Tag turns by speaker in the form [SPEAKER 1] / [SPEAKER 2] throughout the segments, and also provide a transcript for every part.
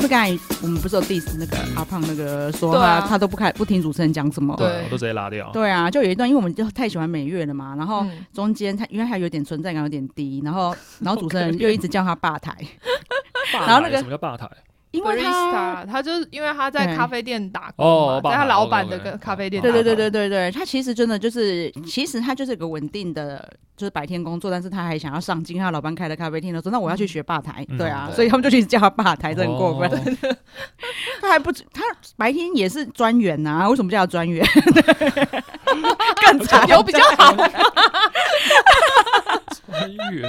[SPEAKER 1] 是刚才我们不是有 diss 那个阿胖那个说他、
[SPEAKER 2] 对啊
[SPEAKER 1] 他都不开不听主持人讲什么？
[SPEAKER 2] 对
[SPEAKER 3] 我都直接拉掉。
[SPEAKER 1] 对啊，就有一段，因为我们就太喜欢美月了嘛，然后
[SPEAKER 2] 嗯
[SPEAKER 1] 中间他因为他有点存在感有点低，然后然后主持人又一直叫他吧台，
[SPEAKER 3] 吧台，
[SPEAKER 1] 然后那个
[SPEAKER 3] 什么叫吧台？
[SPEAKER 1] 因为他
[SPEAKER 2] barista，他就是因为他在
[SPEAKER 1] 对
[SPEAKER 2] 咖啡店打工
[SPEAKER 3] 哦
[SPEAKER 2] 嘛，
[SPEAKER 3] 爸
[SPEAKER 2] 在他
[SPEAKER 3] 爸
[SPEAKER 2] 老
[SPEAKER 3] ，OK，
[SPEAKER 2] 板的
[SPEAKER 3] OK，
[SPEAKER 2] 跟
[SPEAKER 3] 好
[SPEAKER 2] 咖啡店打
[SPEAKER 1] 对
[SPEAKER 2] 工，
[SPEAKER 1] 对对对对对，他其实真的就是，其实他就是有个稳定的，就是白天工作，但是他还想要上进。他老板开的咖啡厅的时候，那我要去学吧台，
[SPEAKER 3] 嗯
[SPEAKER 1] 对啊，
[SPEAKER 3] 对
[SPEAKER 1] 所以他们就去叫他吧台，这很过分。
[SPEAKER 3] 哦
[SPEAKER 1] 他还不止，他白天也是专员呐、为什么叫他专员？ 更惨，
[SPEAKER 2] 有比较 好吗，
[SPEAKER 3] 穿 越，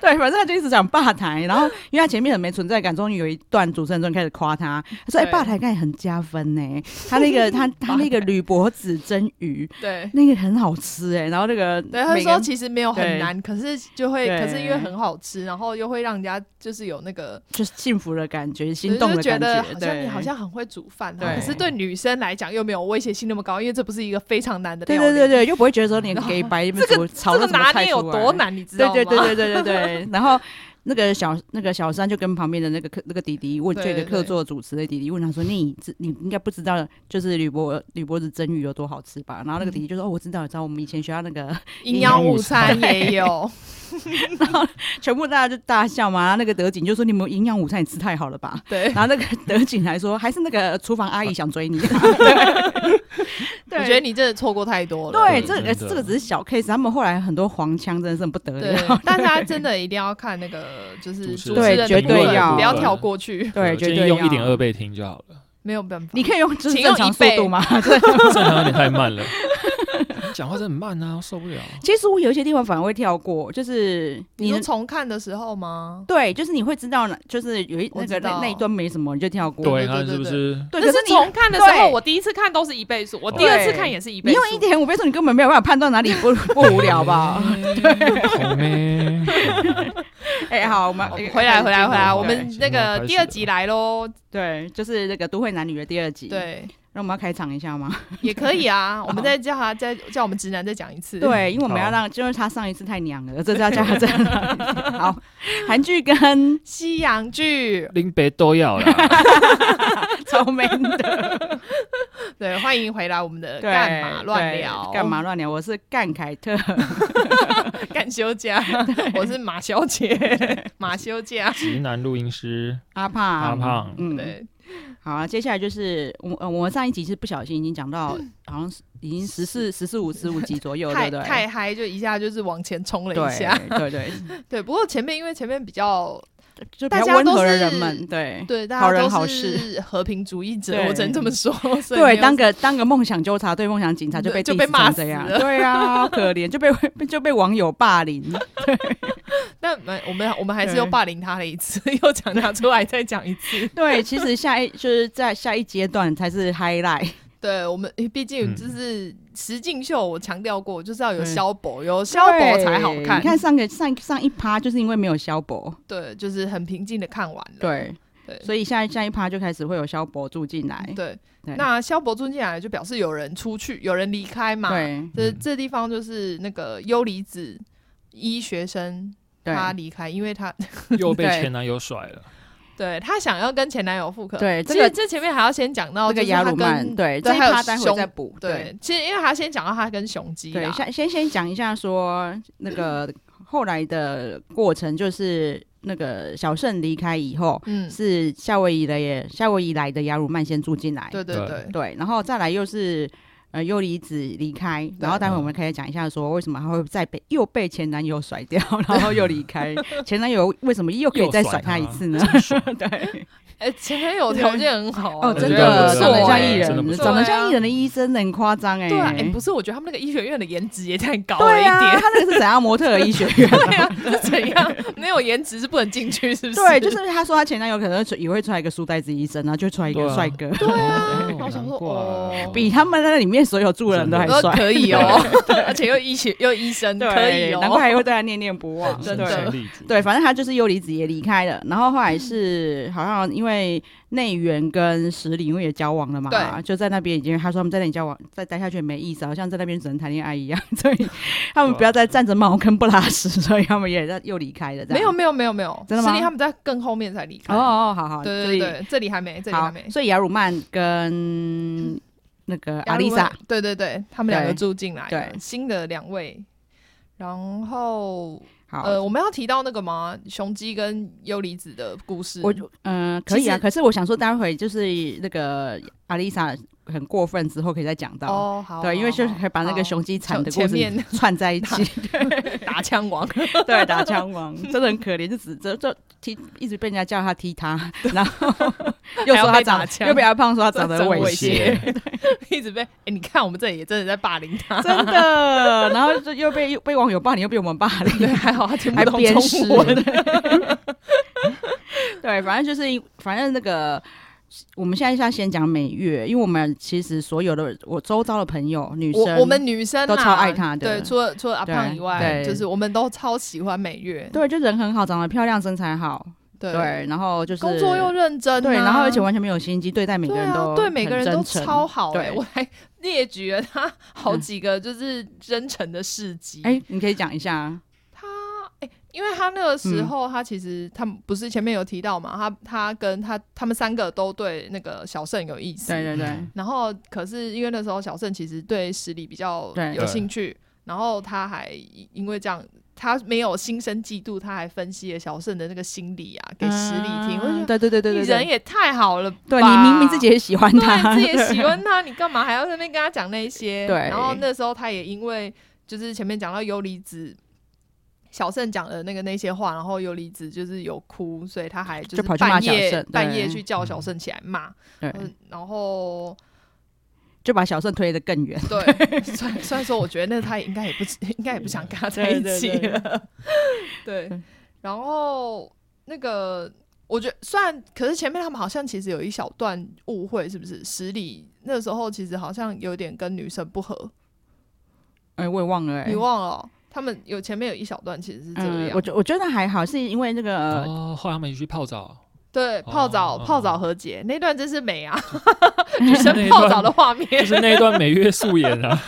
[SPEAKER 1] 对，反正他就一直讲吧台，然后因为他前面很没存在感，终于有一段主持人终于开始夸他，他说：“哎、
[SPEAKER 2] 对
[SPEAKER 1] 吧台盖很加分呢、他那 个他他那个铝箔纸蒸鱼
[SPEAKER 2] 对。
[SPEAKER 1] 那个很好吃哎、然后那个
[SPEAKER 2] 对，他
[SPEAKER 1] 每个
[SPEAKER 2] 说
[SPEAKER 1] 人
[SPEAKER 2] 其实没有
[SPEAKER 1] 对
[SPEAKER 2] 很难，可是就会，
[SPEAKER 1] 对
[SPEAKER 2] 可是因为很好吃，然后又会让人家就是有那个，
[SPEAKER 1] 就是幸福的感觉，
[SPEAKER 2] 就
[SPEAKER 1] 心动
[SPEAKER 2] 是
[SPEAKER 1] 的
[SPEAKER 2] 觉
[SPEAKER 1] 感
[SPEAKER 2] 得好像
[SPEAKER 1] 对，
[SPEAKER 2] 你好像很会煮饭啊，
[SPEAKER 1] 对
[SPEAKER 2] 可是对女生来讲又没有威胁性那么高，因为这不是一个非常难的
[SPEAKER 1] 对
[SPEAKER 2] 料
[SPEAKER 1] 对
[SPEAKER 2] 理。
[SPEAKER 1] 对对，又不会觉得说 你给白
[SPEAKER 2] 这个
[SPEAKER 1] 炒
[SPEAKER 2] 这
[SPEAKER 1] 了
[SPEAKER 2] 个
[SPEAKER 1] 什么
[SPEAKER 2] 拿
[SPEAKER 1] 菜
[SPEAKER 2] 捏有
[SPEAKER 1] 出来
[SPEAKER 2] 多难，你知道
[SPEAKER 1] 对
[SPEAKER 2] 吗？
[SPEAKER 1] 对对对对对对。然后那个小 那个小三就跟旁边的那个客那个弟弟问，
[SPEAKER 2] 对
[SPEAKER 1] 这个
[SPEAKER 2] 对
[SPEAKER 1] 客座主持的弟弟问他说：“你知你应该不知道，就是铝箔铝箔子蒸鱼有多好吃吧？”然后那个弟弟就说：“哦，我知道，知道我们以前学校那个，
[SPEAKER 2] 营养午餐也有，
[SPEAKER 1] 全部大家就大笑嘛。”然后那个德景就说：“你们营养午餐也吃太好了吧？”
[SPEAKER 2] 对，
[SPEAKER 1] 然后那个德景还说：“还是那个厨房阿姨想追你。
[SPEAKER 2] 我觉得你真的错过太多了。
[SPEAKER 1] 对，
[SPEAKER 3] 对
[SPEAKER 1] 这
[SPEAKER 3] 真
[SPEAKER 1] 个
[SPEAKER 3] 的
[SPEAKER 1] 这个只是小 case，他们后来很多黄腔真的是很不得
[SPEAKER 2] 对
[SPEAKER 1] 了，，
[SPEAKER 2] 大家真的一定要看那个，就是主持
[SPEAKER 3] 主持人
[SPEAKER 2] 人
[SPEAKER 1] 对
[SPEAKER 2] 的
[SPEAKER 1] 绝对
[SPEAKER 2] 评论
[SPEAKER 1] 要
[SPEAKER 2] 不要跳过去，
[SPEAKER 1] 对
[SPEAKER 3] 我
[SPEAKER 1] 绝
[SPEAKER 3] 建
[SPEAKER 1] 对
[SPEAKER 3] 议用
[SPEAKER 1] 要
[SPEAKER 3] 一点二倍听就好了，
[SPEAKER 2] 没有办法。
[SPEAKER 1] 你可以用就是
[SPEAKER 2] 请用
[SPEAKER 1] 正常
[SPEAKER 2] 一
[SPEAKER 1] 速
[SPEAKER 2] 倍
[SPEAKER 1] 度吗？
[SPEAKER 3] 正常有点太 慢了。讲话真的很慢啊，我受不了。
[SPEAKER 1] 其实我有一些地方反而会跳过，就是
[SPEAKER 2] 你
[SPEAKER 1] 你
[SPEAKER 2] 说重看的时候吗？
[SPEAKER 1] 对，就是你会知道呢，就是有一
[SPEAKER 2] 我
[SPEAKER 1] 那
[SPEAKER 2] 知
[SPEAKER 1] 个那
[SPEAKER 2] 道
[SPEAKER 1] 那一段没什么，你就跳过。
[SPEAKER 2] 对
[SPEAKER 3] 对，看是不
[SPEAKER 2] 对
[SPEAKER 3] 是？
[SPEAKER 1] 对，可是
[SPEAKER 2] 但是
[SPEAKER 1] 你
[SPEAKER 2] 重看的时候，
[SPEAKER 1] 对
[SPEAKER 2] 我第一次看都是一倍数，我
[SPEAKER 3] 对
[SPEAKER 2] 第二次看也是一倍
[SPEAKER 1] 你
[SPEAKER 2] 数。
[SPEAKER 1] 用一点五倍速，你根本没有办法判断哪里 不不无聊吧？
[SPEAKER 3] 好咩？
[SPEAKER 1] 哎，好，我们
[SPEAKER 3] 好
[SPEAKER 1] 哎
[SPEAKER 2] 哦回来，回来，回来！
[SPEAKER 3] 对
[SPEAKER 2] 我们那个第二集来喽，
[SPEAKER 1] 嗯对，就是那个《都会男女》的第二集。，
[SPEAKER 2] 对，
[SPEAKER 1] 那我们要开场一下吗？
[SPEAKER 2] 也可以啊。我们再叫他，再叫我们直男再讲一次。，
[SPEAKER 1] 对，因为我们要
[SPEAKER 3] 好
[SPEAKER 1] 让，就是他上一次太娘了，这次要加他真的好，韩剧 跟
[SPEAKER 2] 西洋剧，
[SPEAKER 3] 林北都 要啦，
[SPEAKER 1] 超 man 的，
[SPEAKER 2] 对，欢迎回来我们的
[SPEAKER 1] 对
[SPEAKER 2] 干嘛乱
[SPEAKER 1] 对
[SPEAKER 2] 聊？
[SPEAKER 1] 干嘛乱聊？我是干凯特，
[SPEAKER 2] 干休 假？我是马小姐，马休假。
[SPEAKER 3] 直男录音师
[SPEAKER 1] 阿胖，
[SPEAKER 3] 阿，胖，
[SPEAKER 1] 嗯，
[SPEAKER 2] 对，
[SPEAKER 1] 好啊，接下来就是我呃，我们上一集是不小心已经讲到，好像是已经十四、十四五、十五集左右，对
[SPEAKER 2] 嗯太
[SPEAKER 1] 不对？
[SPEAKER 2] 太嗨，就一下就是往前冲了一下。
[SPEAKER 1] 对对 对，
[SPEAKER 2] 对，不过前面因为前面比较
[SPEAKER 1] 就比
[SPEAKER 2] 大
[SPEAKER 1] 较
[SPEAKER 2] 家
[SPEAKER 1] 温
[SPEAKER 2] 都
[SPEAKER 1] 和的
[SPEAKER 2] 是
[SPEAKER 1] 人们，对
[SPEAKER 2] 对
[SPEAKER 1] 好
[SPEAKER 2] 大
[SPEAKER 1] 人
[SPEAKER 2] 家
[SPEAKER 1] 好
[SPEAKER 2] 都是 和平主义者，
[SPEAKER 1] 对
[SPEAKER 2] 我只能这么说。所以没
[SPEAKER 1] 对，
[SPEAKER 2] 有
[SPEAKER 1] 当个当个梦想纠察队、梦想警察就被
[SPEAKER 2] 就被
[SPEAKER 1] diss
[SPEAKER 2] 骂
[SPEAKER 1] 成
[SPEAKER 2] 死
[SPEAKER 1] 这样，
[SPEAKER 2] 了
[SPEAKER 1] 对啊，好可怜就被就被网友霸凌，
[SPEAKER 2] 那没我们我们还是
[SPEAKER 1] 对
[SPEAKER 2] 又霸凌他了一次， 又讲他出来再讲一 次。
[SPEAKER 1] 对，其实下一就是在下一阶段才是 highlight，
[SPEAKER 2] 对我们，毕竟
[SPEAKER 3] 嗯
[SPEAKER 2] 就是实境秀，我强调过，就是要有
[SPEAKER 1] 嗯
[SPEAKER 2] 消博，有消博才好
[SPEAKER 1] 对
[SPEAKER 2] 看。
[SPEAKER 1] 你看上个上上一趴就是因为没有消博，
[SPEAKER 2] 对，就是很平静的看完了。
[SPEAKER 1] 对，
[SPEAKER 2] 对
[SPEAKER 1] 所以下一下一趴就开始会有消博住进来，
[SPEAKER 2] 对，
[SPEAKER 1] 对
[SPEAKER 2] 那消博住进来就表示有人出去，有人离开嘛。
[SPEAKER 1] 对
[SPEAKER 2] 这
[SPEAKER 3] 嗯
[SPEAKER 2] 这地方就是那个优离子医学生
[SPEAKER 1] 对
[SPEAKER 2] 他离开，因为 他
[SPEAKER 3] 嗯又被
[SPEAKER 1] 对
[SPEAKER 3] 前男友甩了。
[SPEAKER 2] 对他想要跟前男友复合。，
[SPEAKER 1] 对，
[SPEAKER 2] 其
[SPEAKER 1] 这
[SPEAKER 2] 实
[SPEAKER 1] 个
[SPEAKER 2] 这前面还要先讲到
[SPEAKER 1] 这
[SPEAKER 2] 就
[SPEAKER 1] 个
[SPEAKER 2] 是
[SPEAKER 1] 雅
[SPEAKER 2] 他
[SPEAKER 1] 鲁
[SPEAKER 2] 跟
[SPEAKER 1] 曼，对，这一
[SPEAKER 2] 还有
[SPEAKER 1] 趴待会
[SPEAKER 2] 熊
[SPEAKER 1] 再补，对
[SPEAKER 2] 对，其实因为他先讲到他跟雄鸡
[SPEAKER 1] 对，
[SPEAKER 2] 啦，
[SPEAKER 1] 先先先讲一下说那个后来的过程，就是那个小胜离开以后，
[SPEAKER 2] 嗯，
[SPEAKER 1] 是夏威夷的耶，夏威夷来的雅鲁曼先住进来，
[SPEAKER 2] 对对
[SPEAKER 3] 对
[SPEAKER 2] 对，
[SPEAKER 1] 对然后再来又是。呃，优离子离开，然后待会我们可以讲一下，说为什么他会再被又被前男友甩掉，然后又离开，前男友为什么又可以再甩他一次呢？ 对，
[SPEAKER 2] 哎，前男友条件很好啊
[SPEAKER 1] 哦，
[SPEAKER 2] 我
[SPEAKER 1] 真
[SPEAKER 2] 觉
[SPEAKER 1] 的
[SPEAKER 2] 得不
[SPEAKER 1] 长得
[SPEAKER 2] 错
[SPEAKER 1] 像
[SPEAKER 2] 哎
[SPEAKER 1] 艺
[SPEAKER 3] 真的不
[SPEAKER 1] 人，
[SPEAKER 3] 错
[SPEAKER 1] 长得像艺人的医生很夸张哎，
[SPEAKER 2] 对 啊，哎，不是，我觉得他们那个医学院的颜值也太高了一
[SPEAKER 1] 对啊，
[SPEAKER 2] 点，
[SPEAKER 1] 他那个是怎样模特儿医学 院？
[SPEAKER 2] 对啊，是怎样？没有颜值是不能进去，是不是？
[SPEAKER 1] 对，就是他说他前男友可能也会出来一个书呆子医生，然后就出来一
[SPEAKER 3] 对
[SPEAKER 1] 个
[SPEAKER 3] 啊
[SPEAKER 1] 帅哥，
[SPEAKER 2] 对啊
[SPEAKER 3] 哦
[SPEAKER 2] 我想说
[SPEAKER 3] 难怪
[SPEAKER 2] 哦
[SPEAKER 1] 比他们那里面面所有住人都还
[SPEAKER 2] 我
[SPEAKER 1] 帅，
[SPEAKER 2] 说可以哦，而且又医学又医生，
[SPEAKER 1] 对，
[SPEAKER 2] 可以哦，
[SPEAKER 1] 难怪还会对他念念不忘，
[SPEAKER 2] 真
[SPEAKER 1] 对
[SPEAKER 2] 的
[SPEAKER 1] 对，反正他就是优离子也离开了，然后后来是好像因为内援跟石林因为也交往了嘛，
[SPEAKER 2] 对
[SPEAKER 1] 就在那边已经他说他们在那里交往再待下去也没意思，好像在那边只能谈恋爱一样，所 以他们不要再站着茅坑不拉屎，所以他们也在又离开了。这样
[SPEAKER 2] 没有没有没有没有，
[SPEAKER 1] 真的吗
[SPEAKER 2] 实力他们在更后面才离开。
[SPEAKER 1] 哦哦，好好，
[SPEAKER 2] 对
[SPEAKER 1] 所
[SPEAKER 2] 对
[SPEAKER 1] 以
[SPEAKER 2] 对，这里还没，这里还
[SPEAKER 1] 好
[SPEAKER 2] 没，。
[SPEAKER 1] 所以雅鲁曼跟那个
[SPEAKER 2] 雅
[SPEAKER 1] 阿
[SPEAKER 2] 鲁
[SPEAKER 1] 丽莎
[SPEAKER 2] 文，对对对，他们两个
[SPEAKER 1] 对
[SPEAKER 2] 住进来了，
[SPEAKER 1] 对
[SPEAKER 2] 新的两位。然后，
[SPEAKER 1] 好，
[SPEAKER 2] 呃，我们要提到那个吗？雄鸡跟优离子的故事。
[SPEAKER 1] 我嗯、呃可以
[SPEAKER 2] 其
[SPEAKER 1] 啊，
[SPEAKER 2] 实
[SPEAKER 1] 可是我想说，待会就是那个阿丽莎很过分之后可以再讲到。
[SPEAKER 2] 哦，好，
[SPEAKER 1] 对，因为
[SPEAKER 2] 好
[SPEAKER 1] 就是可以把那
[SPEAKER 2] 好
[SPEAKER 1] 个雄鸡惨的
[SPEAKER 2] 前
[SPEAKER 1] 故事
[SPEAKER 2] 前面
[SPEAKER 1] 串在一起，
[SPEAKER 2] 打枪王，
[SPEAKER 1] 对，打枪王真的很可怜，就只这这踢一直被人家叫他踢他，然后又说
[SPEAKER 2] 还要
[SPEAKER 1] 他
[SPEAKER 2] 被打
[SPEAKER 1] 长
[SPEAKER 2] 枪
[SPEAKER 1] 又被他胖说他长得
[SPEAKER 2] 真
[SPEAKER 1] 很
[SPEAKER 2] 猥
[SPEAKER 1] 猥
[SPEAKER 2] 亵
[SPEAKER 1] 亵，
[SPEAKER 2] 一直被哎，你看我们这里也真的在霸凌 他，
[SPEAKER 1] 真的，然后就又被又被网友霸凌，又被我们霸凌，
[SPEAKER 2] 对，还好他听不
[SPEAKER 1] 还
[SPEAKER 2] 懂
[SPEAKER 1] 鞭尸
[SPEAKER 2] 中文，
[SPEAKER 1] 对，反正就是因反正那个。我们现在是要先讲美月，因为我们其实所有的我周遭的朋友女生，
[SPEAKER 2] 我我们女生
[SPEAKER 1] 都
[SPEAKER 2] 啦
[SPEAKER 1] 超爱她的
[SPEAKER 2] 对，除了除了阿
[SPEAKER 1] 对
[SPEAKER 2] 胖以外，
[SPEAKER 1] 对
[SPEAKER 2] 就是我们都超喜欢美月，
[SPEAKER 1] 对就人很好，长得漂亮，身材好，
[SPEAKER 2] 对
[SPEAKER 1] 对，然后就是
[SPEAKER 2] 工作又认真啊，
[SPEAKER 1] 对，然后而且完全没有心机，对待每个
[SPEAKER 2] 对
[SPEAKER 1] 人都
[SPEAKER 2] 啊、对每个
[SPEAKER 1] 很
[SPEAKER 2] 人
[SPEAKER 1] 真
[SPEAKER 2] 都
[SPEAKER 1] 诚
[SPEAKER 2] 超好哎、
[SPEAKER 1] 对
[SPEAKER 2] 我还 列举 了他好几个就是真诚的事迹。哎
[SPEAKER 1] 哎、你可以讲一下啊，
[SPEAKER 2] 因为他那个时
[SPEAKER 1] 嗯
[SPEAKER 2] 候，他其实、他们不是前面有提到嘛，他他跟他他们三个都对那个小胜有意思，
[SPEAKER 1] 对对对，
[SPEAKER 3] 嗯
[SPEAKER 2] 然后可是因为那时候小胜其实对实力比较
[SPEAKER 1] 对
[SPEAKER 2] 有兴趣，然后他还因为这样。他没有心生嫉妒，他还分析了小胜的那个心理啊，给实力听。我就觉
[SPEAKER 1] 嗯对
[SPEAKER 2] 得
[SPEAKER 1] 对对对
[SPEAKER 2] 你
[SPEAKER 1] 对
[SPEAKER 2] 人
[SPEAKER 1] 对，
[SPEAKER 2] 也太好了吧，
[SPEAKER 1] 对你明明自己也喜欢他，
[SPEAKER 2] 对，自己也喜
[SPEAKER 1] 对
[SPEAKER 2] 欢他，你干嘛还要在那边跟他讲那些？
[SPEAKER 1] 对
[SPEAKER 2] 然后那时候他也因为就是前面讲到游离子，小胜讲的那个那些话，然后游离子就是有哭，所以他还
[SPEAKER 1] 就
[SPEAKER 2] 就
[SPEAKER 1] 是跑去骂
[SPEAKER 2] 半
[SPEAKER 1] 小
[SPEAKER 2] 夜
[SPEAKER 1] 胜对
[SPEAKER 2] 半夜去叫小胜起来骂，
[SPEAKER 1] 对，
[SPEAKER 2] 嗯然后
[SPEAKER 1] 就把小胜推得更远。
[SPEAKER 2] 对，虽然虽然说我觉得那他应该也不 应该也不想跟他在一起
[SPEAKER 1] 对对嗯对
[SPEAKER 2] 了，对， 然后那个。我觉得虽然，可是前面他们好像其实有一小段误会，是不是？十里那时候其实好像有点跟女生不合，
[SPEAKER 1] 哎、我也忘了、哎，
[SPEAKER 2] 你忘了哦、他们有前面有一小段其实是这
[SPEAKER 1] 嗯
[SPEAKER 2] 样，，
[SPEAKER 1] 我觉我觉得还好，是因为那个、
[SPEAKER 2] 呃
[SPEAKER 3] 哦，后来他们一起去泡澡，
[SPEAKER 2] 对泡澡、
[SPEAKER 3] 哦
[SPEAKER 2] 泡澡和解那段真是美啊， 女生
[SPEAKER 3] 那
[SPEAKER 2] 泡
[SPEAKER 3] 段
[SPEAKER 2] 澡的画面，
[SPEAKER 3] 就是那一段美月素颜啊，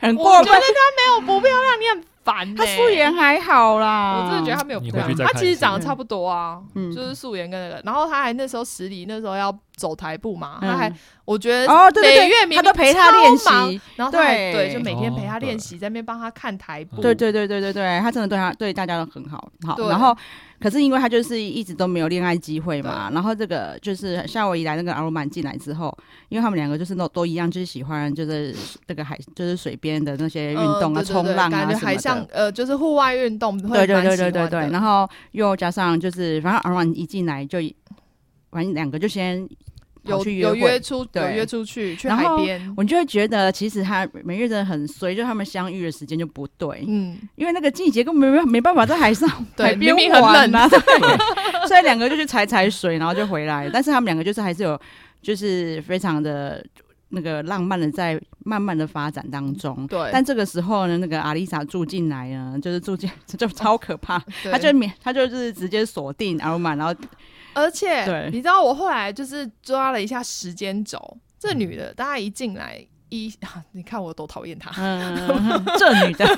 [SPEAKER 1] 很
[SPEAKER 2] 我
[SPEAKER 1] 过
[SPEAKER 2] 觉得
[SPEAKER 1] 分，
[SPEAKER 2] 她没有不漂亮，你很烦、欸。
[SPEAKER 1] 他素颜还好啦，
[SPEAKER 2] 我真的觉得他没有
[SPEAKER 3] 你
[SPEAKER 2] 不
[SPEAKER 3] 回去
[SPEAKER 2] 良，
[SPEAKER 3] 再
[SPEAKER 2] 他
[SPEAKER 3] 看
[SPEAKER 2] 其
[SPEAKER 3] 一
[SPEAKER 2] 实
[SPEAKER 3] 下
[SPEAKER 2] 长得差不多啊，
[SPEAKER 1] 啊嗯
[SPEAKER 2] 就是素颜跟那个。然后他还那时候实力那时候要走台步嘛，
[SPEAKER 1] 嗯
[SPEAKER 2] 他还我觉得
[SPEAKER 1] 哦，对对
[SPEAKER 2] 每月
[SPEAKER 1] 对，
[SPEAKER 2] 明
[SPEAKER 1] 他都
[SPEAKER 2] 明
[SPEAKER 1] 陪他练
[SPEAKER 2] 超忙
[SPEAKER 1] 习，
[SPEAKER 2] 然后他还
[SPEAKER 1] 对
[SPEAKER 2] 对，就每天
[SPEAKER 3] 哦
[SPEAKER 2] 陪他
[SPEAKER 3] 对
[SPEAKER 2] 练习，在那边帮他看台步。
[SPEAKER 1] 对对对对对对，他真的对他对大家都很好，好。
[SPEAKER 2] 对
[SPEAKER 1] 然后，可是因为他就是一直都没有恋爱机会嘛，然后这个就是夏威夷来那个阿罗曼进来之后，因为他们两个就是都都一样，就是喜欢就是那个海就是水边的那些运动啊，
[SPEAKER 2] 嗯对对对
[SPEAKER 1] 冲浪啊
[SPEAKER 2] 感觉
[SPEAKER 1] 什么
[SPEAKER 2] 还像
[SPEAKER 1] 的。
[SPEAKER 2] 呃，就是户外运动会
[SPEAKER 1] 对对
[SPEAKER 2] 蛮
[SPEAKER 1] 对
[SPEAKER 2] 喜
[SPEAKER 1] 对
[SPEAKER 2] 欢
[SPEAKER 1] 对对，
[SPEAKER 2] 的
[SPEAKER 1] 然后又加上就是，反正阿罗曼一进来就，反正两个就先跑
[SPEAKER 2] 有
[SPEAKER 1] 去
[SPEAKER 2] 有
[SPEAKER 1] 会
[SPEAKER 2] 约出有
[SPEAKER 1] 对
[SPEAKER 2] 约出去去
[SPEAKER 1] 然
[SPEAKER 2] 海
[SPEAKER 1] 后
[SPEAKER 2] 边，
[SPEAKER 1] 我就会觉得，其实他每月真的很衰，就他们相遇的时间就不对，
[SPEAKER 2] 嗯，
[SPEAKER 1] 因为那个季节根本没没办法在海上
[SPEAKER 2] 对
[SPEAKER 1] 海边
[SPEAKER 2] 明明很
[SPEAKER 1] 玩
[SPEAKER 2] 冷
[SPEAKER 1] 啊，对， 所以两个就去踩踩水，然后就回来。但是他们两个就是还是有，就是非常的那个浪漫的，在慢慢的发展当中。
[SPEAKER 2] 对，
[SPEAKER 1] 但这个时候呢，那个阿丽莎住进来呢，就是住进 这就超可怕，
[SPEAKER 2] 对
[SPEAKER 1] 她就免她就是直接锁定阿鲁曼，然后
[SPEAKER 2] 而且
[SPEAKER 1] 对
[SPEAKER 2] 你知道，我后来就是抓了一下时间轴，这
[SPEAKER 1] 嗯
[SPEAKER 2] 女的大概一进来一、 啊，你看我多讨厌她，
[SPEAKER 1] 嗯， 这女的，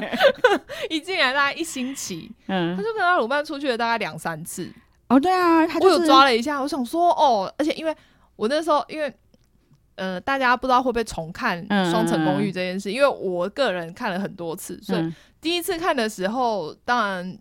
[SPEAKER 2] 一进来大概一星期，她
[SPEAKER 1] 嗯，
[SPEAKER 2] 就跟她鲁曼出去了大概两三次，
[SPEAKER 1] 哦对啊，她
[SPEAKER 2] 我
[SPEAKER 1] 就
[SPEAKER 2] 有
[SPEAKER 1] 是
[SPEAKER 2] 抓了一下，我想说哦，而且因为我那时候因为。呃，大家不知道会不会重看
[SPEAKER 1] 嗯
[SPEAKER 2] 《双层公寓》这件事，因为我个人看了很多次，所以
[SPEAKER 1] 嗯
[SPEAKER 2] 第一次看的时候，当然。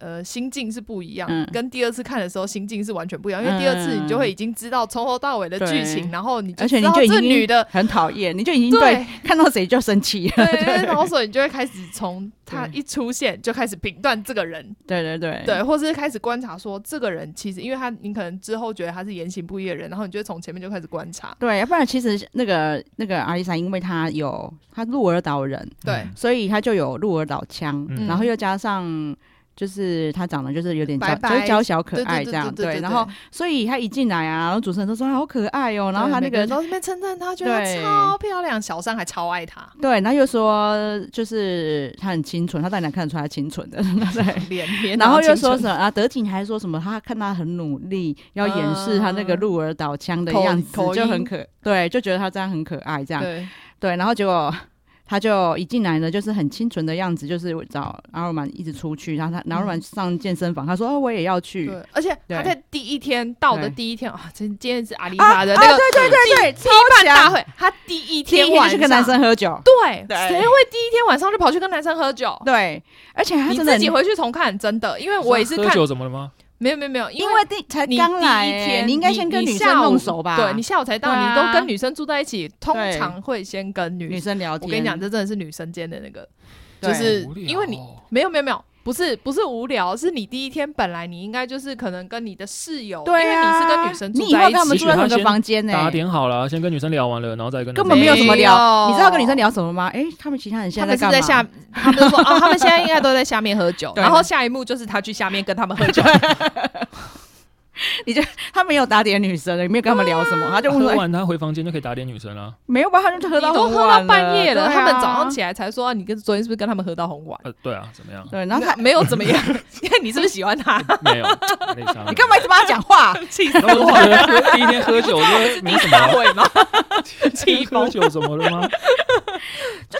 [SPEAKER 2] 呃，心境是不一样，
[SPEAKER 1] 嗯
[SPEAKER 2] 跟第二次看的时候心境是完全不一样，因为第二次你就会已经知道从头到尾的剧情，
[SPEAKER 1] 对
[SPEAKER 2] 然后你就
[SPEAKER 1] 而且
[SPEAKER 2] 知
[SPEAKER 1] 你
[SPEAKER 2] 道
[SPEAKER 1] 就已
[SPEAKER 2] 这
[SPEAKER 1] 经
[SPEAKER 2] 女的，
[SPEAKER 1] 很讨厌，你就已经
[SPEAKER 2] 对
[SPEAKER 1] 对看到谁就生气了，
[SPEAKER 2] 对对 对，然后所以你就会开始从她
[SPEAKER 1] 对
[SPEAKER 2] 一出现就开始评断这个人，
[SPEAKER 1] 对对对
[SPEAKER 2] 对，或是开始观察说这个人其实，因为他你可能之后觉得他是言行不一的人，然后你就会从前面就开始观察，
[SPEAKER 1] 对，要不然其实那个那个阿丽莎，因为她有她鹿儿岛人，
[SPEAKER 2] 对，
[SPEAKER 1] 所以她就有鹿儿岛腔，
[SPEAKER 3] 嗯
[SPEAKER 1] 然后又加上就是她长得就是有点娇，
[SPEAKER 2] 白白
[SPEAKER 1] 就是娇小嗯可
[SPEAKER 2] 对
[SPEAKER 1] 爱这样，
[SPEAKER 2] 对对，
[SPEAKER 1] 然后所以她一进来啊，然后主持人都说啊好可爱哦、然后她那
[SPEAKER 2] 人
[SPEAKER 1] 个
[SPEAKER 2] 都在那边称赞她，觉得她
[SPEAKER 1] 对
[SPEAKER 2] 超漂亮，小三还超爱她，
[SPEAKER 1] 对，然后又说就是她很清纯，她当然看得出她清纯的，
[SPEAKER 2] 哎
[SPEAKER 1] 对。
[SPEAKER 2] 脸脸，
[SPEAKER 1] 然后又
[SPEAKER 2] 青
[SPEAKER 1] 说
[SPEAKER 2] 春
[SPEAKER 1] 什么啊？德景还说什么？她看她很努力，要掩饰她那个
[SPEAKER 2] 嗯
[SPEAKER 1] 鹿儿岛腔的
[SPEAKER 2] 口
[SPEAKER 1] 样子
[SPEAKER 2] 口，
[SPEAKER 1] 就很
[SPEAKER 2] 音
[SPEAKER 1] 可对，就觉得她这样很可爱这样。
[SPEAKER 2] 对，
[SPEAKER 1] 对，然后结果他就一进来呢，就是很清纯的样子，就是找阿尔曼一直出去，然后他然后阿尔曼上健身房，他说哦我也要去，
[SPEAKER 2] 嗯对，而且他
[SPEAKER 1] 对
[SPEAKER 2] 在第一天到的
[SPEAKER 1] 对
[SPEAKER 2] 第一天啊，今今天是阿丽
[SPEAKER 1] 啊
[SPEAKER 2] 塔的那个
[SPEAKER 1] 对对对对，
[SPEAKER 2] 羁绊大
[SPEAKER 1] 强
[SPEAKER 2] 会，他第一
[SPEAKER 1] 第一
[SPEAKER 2] 天
[SPEAKER 1] 天
[SPEAKER 2] 晚
[SPEAKER 1] 就去
[SPEAKER 2] 上哦
[SPEAKER 1] 跟男，生喝酒，
[SPEAKER 2] 对，
[SPEAKER 1] 对
[SPEAKER 2] 谁会第一天晚上就跑去跟男生喝酒？
[SPEAKER 1] 对，而且他
[SPEAKER 2] 你
[SPEAKER 1] 真的
[SPEAKER 2] 自己
[SPEAKER 1] 很，
[SPEAKER 2] 回去重看，真的，因为 我也是
[SPEAKER 3] 喝
[SPEAKER 2] 看，
[SPEAKER 3] 酒怎么了吗？
[SPEAKER 2] 没有没有没有，因
[SPEAKER 1] 因为第才
[SPEAKER 2] 你
[SPEAKER 1] 刚来
[SPEAKER 2] 第一
[SPEAKER 1] 欸，
[SPEAKER 2] 天，
[SPEAKER 1] 你应该先跟
[SPEAKER 2] 你
[SPEAKER 1] 女生
[SPEAKER 2] 下午
[SPEAKER 1] 弄熟吧，
[SPEAKER 2] 对你下午才到，
[SPEAKER 1] 对啊
[SPEAKER 2] 你都跟女生住在一起，通
[SPEAKER 1] 对
[SPEAKER 2] 常会先跟女
[SPEAKER 1] 女。生聊天，
[SPEAKER 2] 我跟你讲，这真的是女生间的那个，
[SPEAKER 1] 对
[SPEAKER 2] 就是
[SPEAKER 3] 好无聊
[SPEAKER 2] 因为你
[SPEAKER 3] 哦
[SPEAKER 2] 没有没有没有，不是不是无聊，是你第一天本来你应该就是可能跟你的室友，
[SPEAKER 1] 对啊，
[SPEAKER 2] 因为你是跟女生住
[SPEAKER 1] 你以后
[SPEAKER 2] 在
[SPEAKER 1] 跟
[SPEAKER 2] 一
[SPEAKER 1] 他
[SPEAKER 2] 起，
[SPEAKER 1] 们住在同一个房间呢、
[SPEAKER 3] 打点好了，先跟女生哎聊完了，然后再跟
[SPEAKER 1] 根本没有什么
[SPEAKER 2] 没有
[SPEAKER 1] 聊，你知道跟女生聊什么吗？哎、他们其他人现
[SPEAKER 2] 他们
[SPEAKER 1] 在干
[SPEAKER 2] 是在
[SPEAKER 1] 嘛？
[SPEAKER 2] 下，他们就说哦，他们现在应该都在下面喝酒，
[SPEAKER 1] 对
[SPEAKER 2] 然后下一幕就是他去下面跟他们喝酒，
[SPEAKER 1] 他没有打点女生，也没有跟他们聊什么，他就
[SPEAKER 3] 就
[SPEAKER 1] 问说、
[SPEAKER 3] 喝
[SPEAKER 1] 哎
[SPEAKER 3] 完他回房间就可以打点女生了。
[SPEAKER 1] 没有吧？他就喝
[SPEAKER 2] 啊你
[SPEAKER 1] 到
[SPEAKER 2] 都
[SPEAKER 1] 很
[SPEAKER 2] 喝到
[SPEAKER 1] 晚
[SPEAKER 2] 半夜了，
[SPEAKER 1] 对
[SPEAKER 2] 他们
[SPEAKER 1] 啊
[SPEAKER 2] 早上起来才说啊你跟昨天是不是跟他们喝到很晚？
[SPEAKER 3] 呃，对啊，怎 么样？
[SPEAKER 1] 对，然后
[SPEAKER 2] 那
[SPEAKER 1] 他
[SPEAKER 2] 没有怎么样，因为你是不是喜欢他？
[SPEAKER 3] 没有，没啥。
[SPEAKER 1] 你干嘛一直帮他讲话？
[SPEAKER 2] 气
[SPEAKER 3] 然后我觉得第一天喝酒，我觉得没什么
[SPEAKER 2] 大
[SPEAKER 3] 啊。
[SPEAKER 2] 会吗？
[SPEAKER 3] 第一
[SPEAKER 2] 气
[SPEAKER 3] 天喝
[SPEAKER 2] 疯！
[SPEAKER 3] 酒怎么了吗？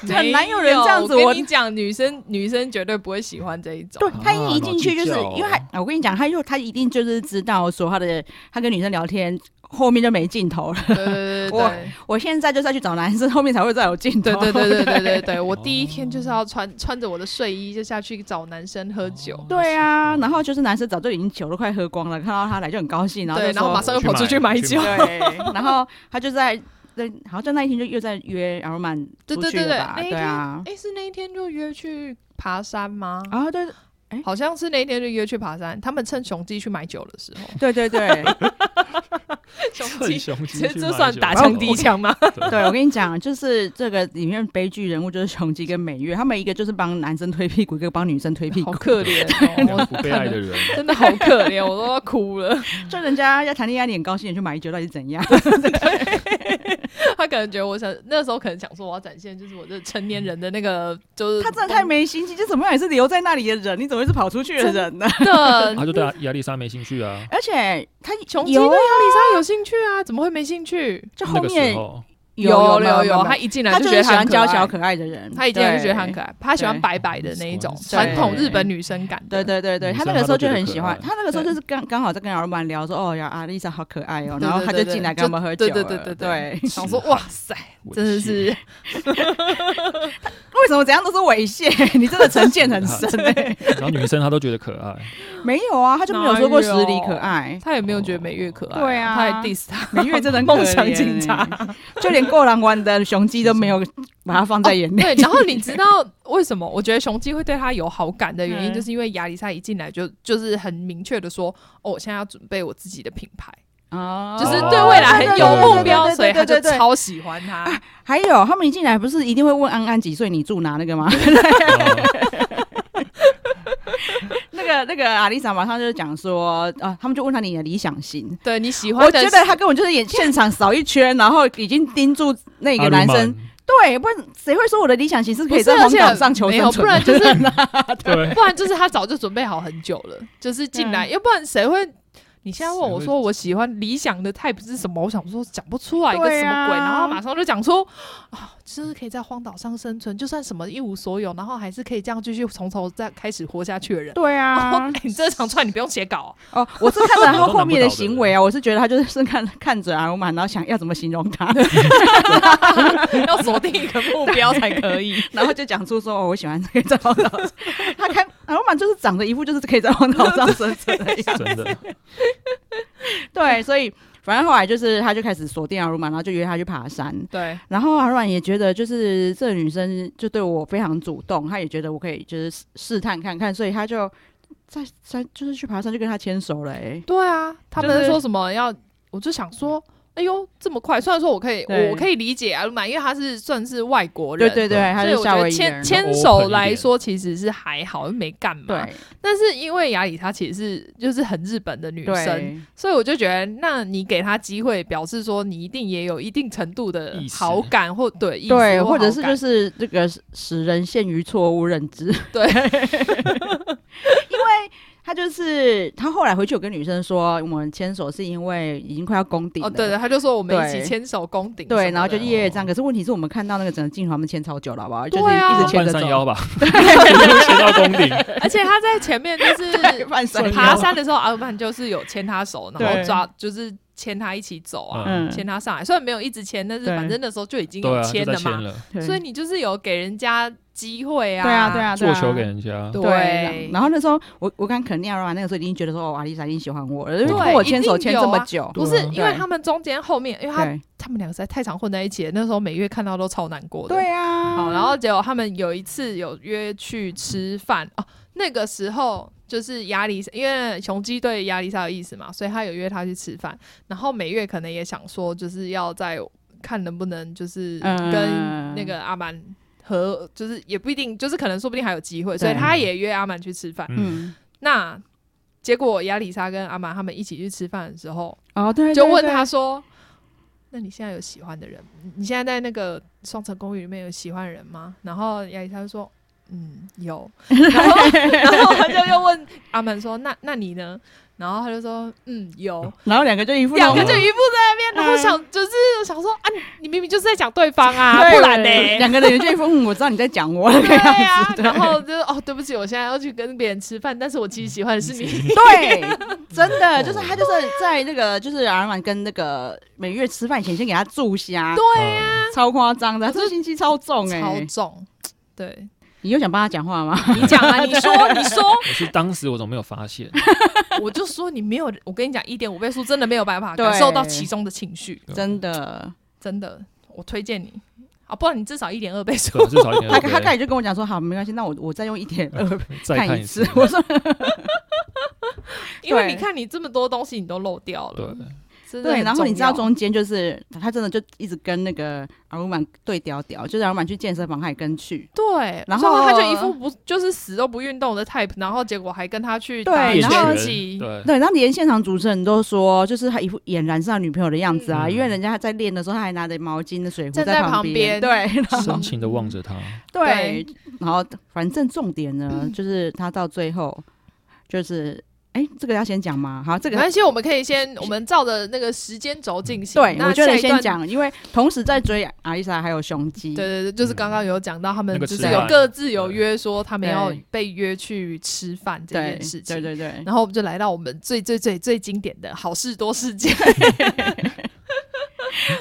[SPEAKER 1] 很难有人这样子
[SPEAKER 2] 没有我
[SPEAKER 1] 我
[SPEAKER 2] 跟你讲，女生女生绝对不会喜欢这一种。
[SPEAKER 1] 对他
[SPEAKER 3] 啊
[SPEAKER 1] 一进去就是
[SPEAKER 3] 脑筋急
[SPEAKER 1] 因为
[SPEAKER 3] 转
[SPEAKER 1] 他，啊我跟你讲，他又他一定就是知道说他的他跟女生聊天后面就没尽头了。
[SPEAKER 2] 对对对
[SPEAKER 1] 我
[SPEAKER 2] 对
[SPEAKER 1] 我现在就是要去找男生，后面才会再有尽头。
[SPEAKER 2] 对对对对对对对对，我第一天就是要穿穿着我的睡衣就下去找男生喝酒。
[SPEAKER 1] 对啊，然后就是男生早就已经酒都快喝光了，看到他来就很高兴，然后
[SPEAKER 2] 对，
[SPEAKER 1] 就
[SPEAKER 2] 然后
[SPEAKER 1] 说
[SPEAKER 2] 马上又跑出去
[SPEAKER 3] 去买
[SPEAKER 2] 买
[SPEAKER 3] 去
[SPEAKER 2] 酒
[SPEAKER 3] 买。
[SPEAKER 1] 对，然后他就在对，好像就那一天就又在约然后满
[SPEAKER 2] 对
[SPEAKER 1] 出
[SPEAKER 2] 对
[SPEAKER 1] 去
[SPEAKER 2] 对对
[SPEAKER 1] 了吧？
[SPEAKER 2] 那一
[SPEAKER 1] 对
[SPEAKER 2] 天
[SPEAKER 1] 啊，
[SPEAKER 2] 哎、是那一天就约去爬山吗？
[SPEAKER 1] 啊对
[SPEAKER 2] 好像是那一天就约去爬山。他们趁雄鸡去买酒的时 候，
[SPEAKER 1] 对对对
[SPEAKER 2] 雄
[SPEAKER 3] 趁
[SPEAKER 2] 鸡
[SPEAKER 3] 雄鸡
[SPEAKER 2] 这
[SPEAKER 3] 去
[SPEAKER 2] 这
[SPEAKER 3] 买
[SPEAKER 2] 算
[SPEAKER 3] 酒
[SPEAKER 2] 打枪第一。枪吗？
[SPEAKER 1] 对，我跟你讲，就是这个里面悲剧人物就是雄鸡跟美月，他们一个就是帮男生推屁股，一个帮女生推屁
[SPEAKER 2] 好
[SPEAKER 1] 股，
[SPEAKER 2] 可怜哦，
[SPEAKER 3] 两个
[SPEAKER 2] 我
[SPEAKER 3] 不被爱的人，
[SPEAKER 2] 真的好可怜，我都要哭了。
[SPEAKER 1] 就人家要谈恋爱，你很高兴，你去买酒，到底是怎样？
[SPEAKER 2] 他可能觉得我想那时候可能想说我要展现就是我这成年人的那个就是
[SPEAKER 1] 他真的太没心机，就怎么样也是留在那里的人，你怎么会是跑出去的人呢？
[SPEAKER 2] 的
[SPEAKER 3] 他就对啊亚历莎没兴趣啊。
[SPEAKER 1] 而且他
[SPEAKER 2] 雄鸡对亚
[SPEAKER 1] 有啊，
[SPEAKER 2] 丽莎有兴趣啊，怎么会没兴趣？
[SPEAKER 1] 就
[SPEAKER 3] 那
[SPEAKER 1] 后
[SPEAKER 3] 个时
[SPEAKER 1] 面
[SPEAKER 3] 候，
[SPEAKER 2] 有啊
[SPEAKER 1] 有
[SPEAKER 2] 有，他
[SPEAKER 1] 他
[SPEAKER 2] 一进来
[SPEAKER 1] 他
[SPEAKER 2] 就
[SPEAKER 1] 就
[SPEAKER 2] 觉得
[SPEAKER 1] 是喜
[SPEAKER 2] 他
[SPEAKER 1] 欢
[SPEAKER 2] 很
[SPEAKER 1] 娇
[SPEAKER 2] 可
[SPEAKER 1] 小
[SPEAKER 2] 爱
[SPEAKER 1] 可爱的人，
[SPEAKER 2] 他一进来就觉得他很
[SPEAKER 1] 对
[SPEAKER 2] 可爱，他喜欢
[SPEAKER 1] 对
[SPEAKER 2] 白白的那一种
[SPEAKER 3] 对
[SPEAKER 2] 传统日本女生感的。
[SPEAKER 1] 对对对对，
[SPEAKER 3] 女
[SPEAKER 1] 他那
[SPEAKER 3] 生
[SPEAKER 1] 个
[SPEAKER 3] 她
[SPEAKER 1] 时候
[SPEAKER 3] 都
[SPEAKER 1] 就
[SPEAKER 3] 觉得
[SPEAKER 1] 很
[SPEAKER 3] 可
[SPEAKER 1] 喜
[SPEAKER 3] 爱
[SPEAKER 1] 欢，他那个时候
[SPEAKER 2] 对
[SPEAKER 1] 就是刚刚好在跟老板聊说，哦呀，阿丽莎好可爱哦，
[SPEAKER 2] 对
[SPEAKER 1] 然后
[SPEAKER 2] 对
[SPEAKER 1] 他
[SPEAKER 2] 对
[SPEAKER 1] 就
[SPEAKER 2] 对
[SPEAKER 1] 进来
[SPEAKER 2] 就
[SPEAKER 1] 跟他们喝酒
[SPEAKER 2] 对
[SPEAKER 1] 了，
[SPEAKER 2] 对对对
[SPEAKER 1] 对，
[SPEAKER 2] 想说哇塞，真的是
[SPEAKER 1] 为什么怎样都是猥亵？你真的成见很深欸
[SPEAKER 3] 然后女生她都觉得可爱，
[SPEAKER 1] 没有啊，他就没有说过实
[SPEAKER 2] 哪
[SPEAKER 1] 里
[SPEAKER 2] 有
[SPEAKER 1] 可爱，
[SPEAKER 2] 他也没有觉得美月可爱，
[SPEAKER 1] 对啊
[SPEAKER 2] 他还 diss 他
[SPEAKER 1] 美月真的很可
[SPEAKER 2] 梦想
[SPEAKER 1] 怜
[SPEAKER 2] 警
[SPEAKER 1] 欸
[SPEAKER 2] 察。
[SPEAKER 1] 就连过狼湾的雄鸡都没有把它放在眼里。
[SPEAKER 2] 对，然后你知道为什么我觉得雄鸡会对他有好感的原因，
[SPEAKER 1] 嗯
[SPEAKER 2] 就是因为亚历山一进来就就是很明确的说，哦，我现在要准备我自己的品牌，
[SPEAKER 1] 哦
[SPEAKER 2] 就是对未来很有目标，
[SPEAKER 1] 对
[SPEAKER 2] 所
[SPEAKER 1] 对
[SPEAKER 2] 以他
[SPEAKER 1] 对对
[SPEAKER 2] 就
[SPEAKER 1] 对对。
[SPEAKER 2] 超喜欢他。
[SPEAKER 1] 还有他们一进来不是一定会问安安几岁，你住哪那个吗？那个那个阿丽莎马上就讲说啊，他们就问他你的理想型。
[SPEAKER 2] 对你喜欢
[SPEAKER 1] 我
[SPEAKER 2] 的，
[SPEAKER 1] 觉得他根本就是演现场扫一圈，然后已经盯住那个男生。对，不然谁会说我的理想型是可以在
[SPEAKER 2] 不是而
[SPEAKER 1] 荒
[SPEAKER 2] 且
[SPEAKER 1] 岛上求
[SPEAKER 2] 没有
[SPEAKER 1] 生存
[SPEAKER 2] 不
[SPEAKER 1] 的？
[SPEAKER 2] 然就是
[SPEAKER 3] 对，
[SPEAKER 2] 不然就是他早就准备好很久了，就是进来，要不然谁会？你现在问我
[SPEAKER 3] 谁会
[SPEAKER 2] 说我喜欢理想的 type 是什么？我想说讲不出来一个
[SPEAKER 1] 对
[SPEAKER 2] 什么鬼，
[SPEAKER 1] 啊
[SPEAKER 2] 然后马上就讲出啊，就是可以在荒岛上生存，就算什么一无所有，然后还是可以这样继续从头再开始活下去的人。
[SPEAKER 1] 对
[SPEAKER 2] 然后
[SPEAKER 1] 啊，
[SPEAKER 2] 哎你这场串你不用写稿啊
[SPEAKER 1] 哦，我是看着他后面的行为啊，我是觉得他就是看看着阿鲁曼，然后想要怎么形容他，
[SPEAKER 2] 啊， 要锁定一个目标才可以。
[SPEAKER 1] 然后就讲出说、哦、我喜欢可以在荒岛上。他看阿鲁曼就是长得一副就是可以在荒岛上生存的样子，
[SPEAKER 3] 真的，
[SPEAKER 1] 对，所以。反正后来就是，他就开始锁定阿鲁曼，然后就约他去爬山。
[SPEAKER 2] 对
[SPEAKER 1] 然后阿鲁曼也觉得，就是这个女生就对我非常主动，他也觉得我可以就是试试探看看，所以他就在在就是去爬山就跟他牵手了、欸。
[SPEAKER 2] 对啊，他们
[SPEAKER 1] 就是
[SPEAKER 2] 说什么要，我就想说。哎呦，这么快！虽然说我可以，
[SPEAKER 1] 对
[SPEAKER 2] 我可以理解阿鲁玛，因为他是算是外国人，
[SPEAKER 1] 对对对，
[SPEAKER 3] 人
[SPEAKER 1] 他
[SPEAKER 2] 所以
[SPEAKER 1] 是
[SPEAKER 2] 我
[SPEAKER 1] 夏
[SPEAKER 2] 觉得
[SPEAKER 1] 威夷
[SPEAKER 2] 牵
[SPEAKER 1] 人，
[SPEAKER 2] 牵
[SPEAKER 3] open
[SPEAKER 2] 手
[SPEAKER 3] 一
[SPEAKER 2] 来
[SPEAKER 3] 点
[SPEAKER 2] 说其实是还好，又没干嘛。
[SPEAKER 1] 对
[SPEAKER 2] 但是因为雅里她其实是就是很日本的女生，
[SPEAKER 1] 对
[SPEAKER 2] 所以我就觉得，那你给她机会，表示说你一定也有一定程度的
[SPEAKER 3] 意思
[SPEAKER 2] 好感或对意
[SPEAKER 1] 对，
[SPEAKER 2] 思
[SPEAKER 1] 或者是
[SPEAKER 2] 好感
[SPEAKER 1] 就是这个使使人陷于错误认知，
[SPEAKER 2] 对
[SPEAKER 1] 因为他就是他后来回去有跟女生说，我们牵手是因为已经快要攻顶了，
[SPEAKER 2] 哦，对的，他就说我们一
[SPEAKER 1] 对
[SPEAKER 2] 起牵手攻顶什么的，
[SPEAKER 1] 对，然后就
[SPEAKER 3] 一
[SPEAKER 1] 一夜这样。可哦是问题是我们看到那个整个镜头，他们牵超久了，好不好？就是
[SPEAKER 2] 对啊
[SPEAKER 1] 一直牵
[SPEAKER 3] 半
[SPEAKER 1] 着
[SPEAKER 3] 山
[SPEAKER 1] 走
[SPEAKER 3] 腰，吧，牵到宫顶，
[SPEAKER 2] 而且他在前面就是
[SPEAKER 1] 对， 半山腰
[SPEAKER 2] 爬山的时候，阿鲁曼就是有牵他手，然后
[SPEAKER 1] 对
[SPEAKER 2] 抓就是牵他一起走啊，
[SPEAKER 1] 嗯，
[SPEAKER 2] 牵他上来。虽然没有一直牵，但是
[SPEAKER 1] 对
[SPEAKER 2] 反正那时候就已经
[SPEAKER 3] 对
[SPEAKER 2] 有
[SPEAKER 3] 啊，就
[SPEAKER 2] 牵
[SPEAKER 3] 在
[SPEAKER 2] 了
[SPEAKER 3] 牵
[SPEAKER 2] 嘛，
[SPEAKER 3] 了，
[SPEAKER 1] 对
[SPEAKER 2] 所以你就是有给人家机会啊。
[SPEAKER 1] 对啊，对啊，对
[SPEAKER 3] 做
[SPEAKER 1] 啊
[SPEAKER 3] 球给人家，
[SPEAKER 2] 对
[SPEAKER 1] 对，然后那时候我我刚肯定要玩，那个时候已经觉得说，哦，阿丽莎已经喜欢我了，因为
[SPEAKER 3] 对
[SPEAKER 1] 跟我牵手
[SPEAKER 2] 一定
[SPEAKER 1] 牵
[SPEAKER 2] 有啊
[SPEAKER 1] 这么久，
[SPEAKER 2] 不是
[SPEAKER 3] 对啊
[SPEAKER 2] 因为他们中间后面，因为他
[SPEAKER 1] 对啊
[SPEAKER 2] 他们两个实在太常混在一起了，那时候每月看到都超难过的。
[SPEAKER 1] 对啊，
[SPEAKER 2] 好，然后结果他们有一次有约去吃饭哦，那个时候就是亚里，因为雄鸡对亚丽莎有意思嘛，所以他有约他去吃饭。然后美月可能也想说，就是要在看能不能就是
[SPEAKER 1] 嗯
[SPEAKER 2] 跟那个阿满和，就是也不一定，就是可能说不定还有机会，所以
[SPEAKER 1] 对
[SPEAKER 2] 他也约阿满去吃饭。
[SPEAKER 3] 嗯，
[SPEAKER 1] 嗯，
[SPEAKER 2] 那结果亚丽莎跟阿满他们一起去吃饭的时候，
[SPEAKER 1] 哦对，对
[SPEAKER 2] 就问他
[SPEAKER 1] 对
[SPEAKER 2] 说：“那你现在有喜欢的人？你你现在在那个双层公寓里面有喜欢的人吗？”然后亚丽莎就说：“嗯， 有。”然后然后他就又问阿门说：“那那你呢？”然后他就说：“嗯，有。
[SPEAKER 1] 然后两个就一”副那
[SPEAKER 2] 两
[SPEAKER 1] 种
[SPEAKER 2] 个就一步在那
[SPEAKER 1] 嗯
[SPEAKER 2] 边，然后想就是想说啊，你你明明就是在讲对方啊，
[SPEAKER 1] 对
[SPEAKER 2] 不然呢？
[SPEAKER 1] 两个人就一副嗯我知道你在讲我了，
[SPEAKER 2] 对
[SPEAKER 1] 这样子
[SPEAKER 2] 啊，
[SPEAKER 1] 对
[SPEAKER 2] 然后就哦，对不起，我现在要去跟别人吃饭，但是我其实喜欢的是你。
[SPEAKER 1] 对， 哦真的就是他就是在那个就是阿满跟那个美月吃饭前先给他注虾，
[SPEAKER 2] 对，
[SPEAKER 3] 呀，
[SPEAKER 1] 超夸张的，这心机超重
[SPEAKER 2] 超
[SPEAKER 1] 哎，
[SPEAKER 2] 重，欸对
[SPEAKER 1] 你又想帮他讲话吗？
[SPEAKER 2] 你讲啊，你说，你说，
[SPEAKER 3] 我是当时我怎么没有发现？
[SPEAKER 2] 我就说你没有，我跟你讲，一点五倍速真的没有办法
[SPEAKER 1] 对
[SPEAKER 2] 感受到其中的情绪，
[SPEAKER 1] 真的，
[SPEAKER 2] 真的，我推荐你啊，不然你至少一点二倍速
[SPEAKER 3] 对，。至少一点
[SPEAKER 1] 他
[SPEAKER 3] 二
[SPEAKER 1] 他
[SPEAKER 3] 倍，
[SPEAKER 1] 刚才就跟我讲说好没关系，那我我再用一点二
[SPEAKER 3] 再
[SPEAKER 1] 看
[SPEAKER 3] 看
[SPEAKER 1] 一次
[SPEAKER 3] 次，，
[SPEAKER 1] 我说
[SPEAKER 2] 因为
[SPEAKER 1] 对
[SPEAKER 2] 你看你这么多东西你都漏掉
[SPEAKER 3] 对
[SPEAKER 2] 了，，真的
[SPEAKER 1] 对，
[SPEAKER 2] 很
[SPEAKER 1] 然后你知道
[SPEAKER 2] 重
[SPEAKER 1] 中间就是他真的就一直跟那个阿鲁曼对调调，就是阿鲁曼去健身房他也跟去，
[SPEAKER 2] 要对，
[SPEAKER 1] 然后啊
[SPEAKER 2] 所以他就一副不就是死都不运动的 type，然后结果还跟他去
[SPEAKER 1] 对
[SPEAKER 2] 打
[SPEAKER 1] 哎然后
[SPEAKER 2] 拳 击，
[SPEAKER 3] 对，
[SPEAKER 1] 对，然后连现场主持人都说，就是他一副俨然是他女朋友的样子啊，
[SPEAKER 3] 嗯
[SPEAKER 1] 因为人家在练的时候他还拿着毛巾的水壶
[SPEAKER 2] 站在
[SPEAKER 1] 旁
[SPEAKER 2] 旁
[SPEAKER 1] 边，
[SPEAKER 2] 边
[SPEAKER 1] 对， 然后
[SPEAKER 3] 深情的望着他，
[SPEAKER 1] 对，然后反正重点 呢，就是他到最后就是，哎，这个要先讲吗？好，这
[SPEAKER 2] 没
[SPEAKER 1] 个。
[SPEAKER 2] 关系，我们可以先我们照着那个时间轴进行。
[SPEAKER 1] 对，
[SPEAKER 2] 那
[SPEAKER 1] 我觉得
[SPEAKER 2] 下一段
[SPEAKER 1] 先。讲，因为同时在追阿丽莎还有雄鸡，
[SPEAKER 2] 对对对，就是刚刚有讲到他们
[SPEAKER 3] 那个
[SPEAKER 2] 就
[SPEAKER 3] 吃
[SPEAKER 2] 是有
[SPEAKER 1] 饭
[SPEAKER 2] 各自有约说他们
[SPEAKER 1] 对
[SPEAKER 2] 要被约去吃饭这
[SPEAKER 1] 对
[SPEAKER 2] 件事情
[SPEAKER 1] 对。对 对，
[SPEAKER 2] 然后我们就来到我们最最最最经典的好事多事件。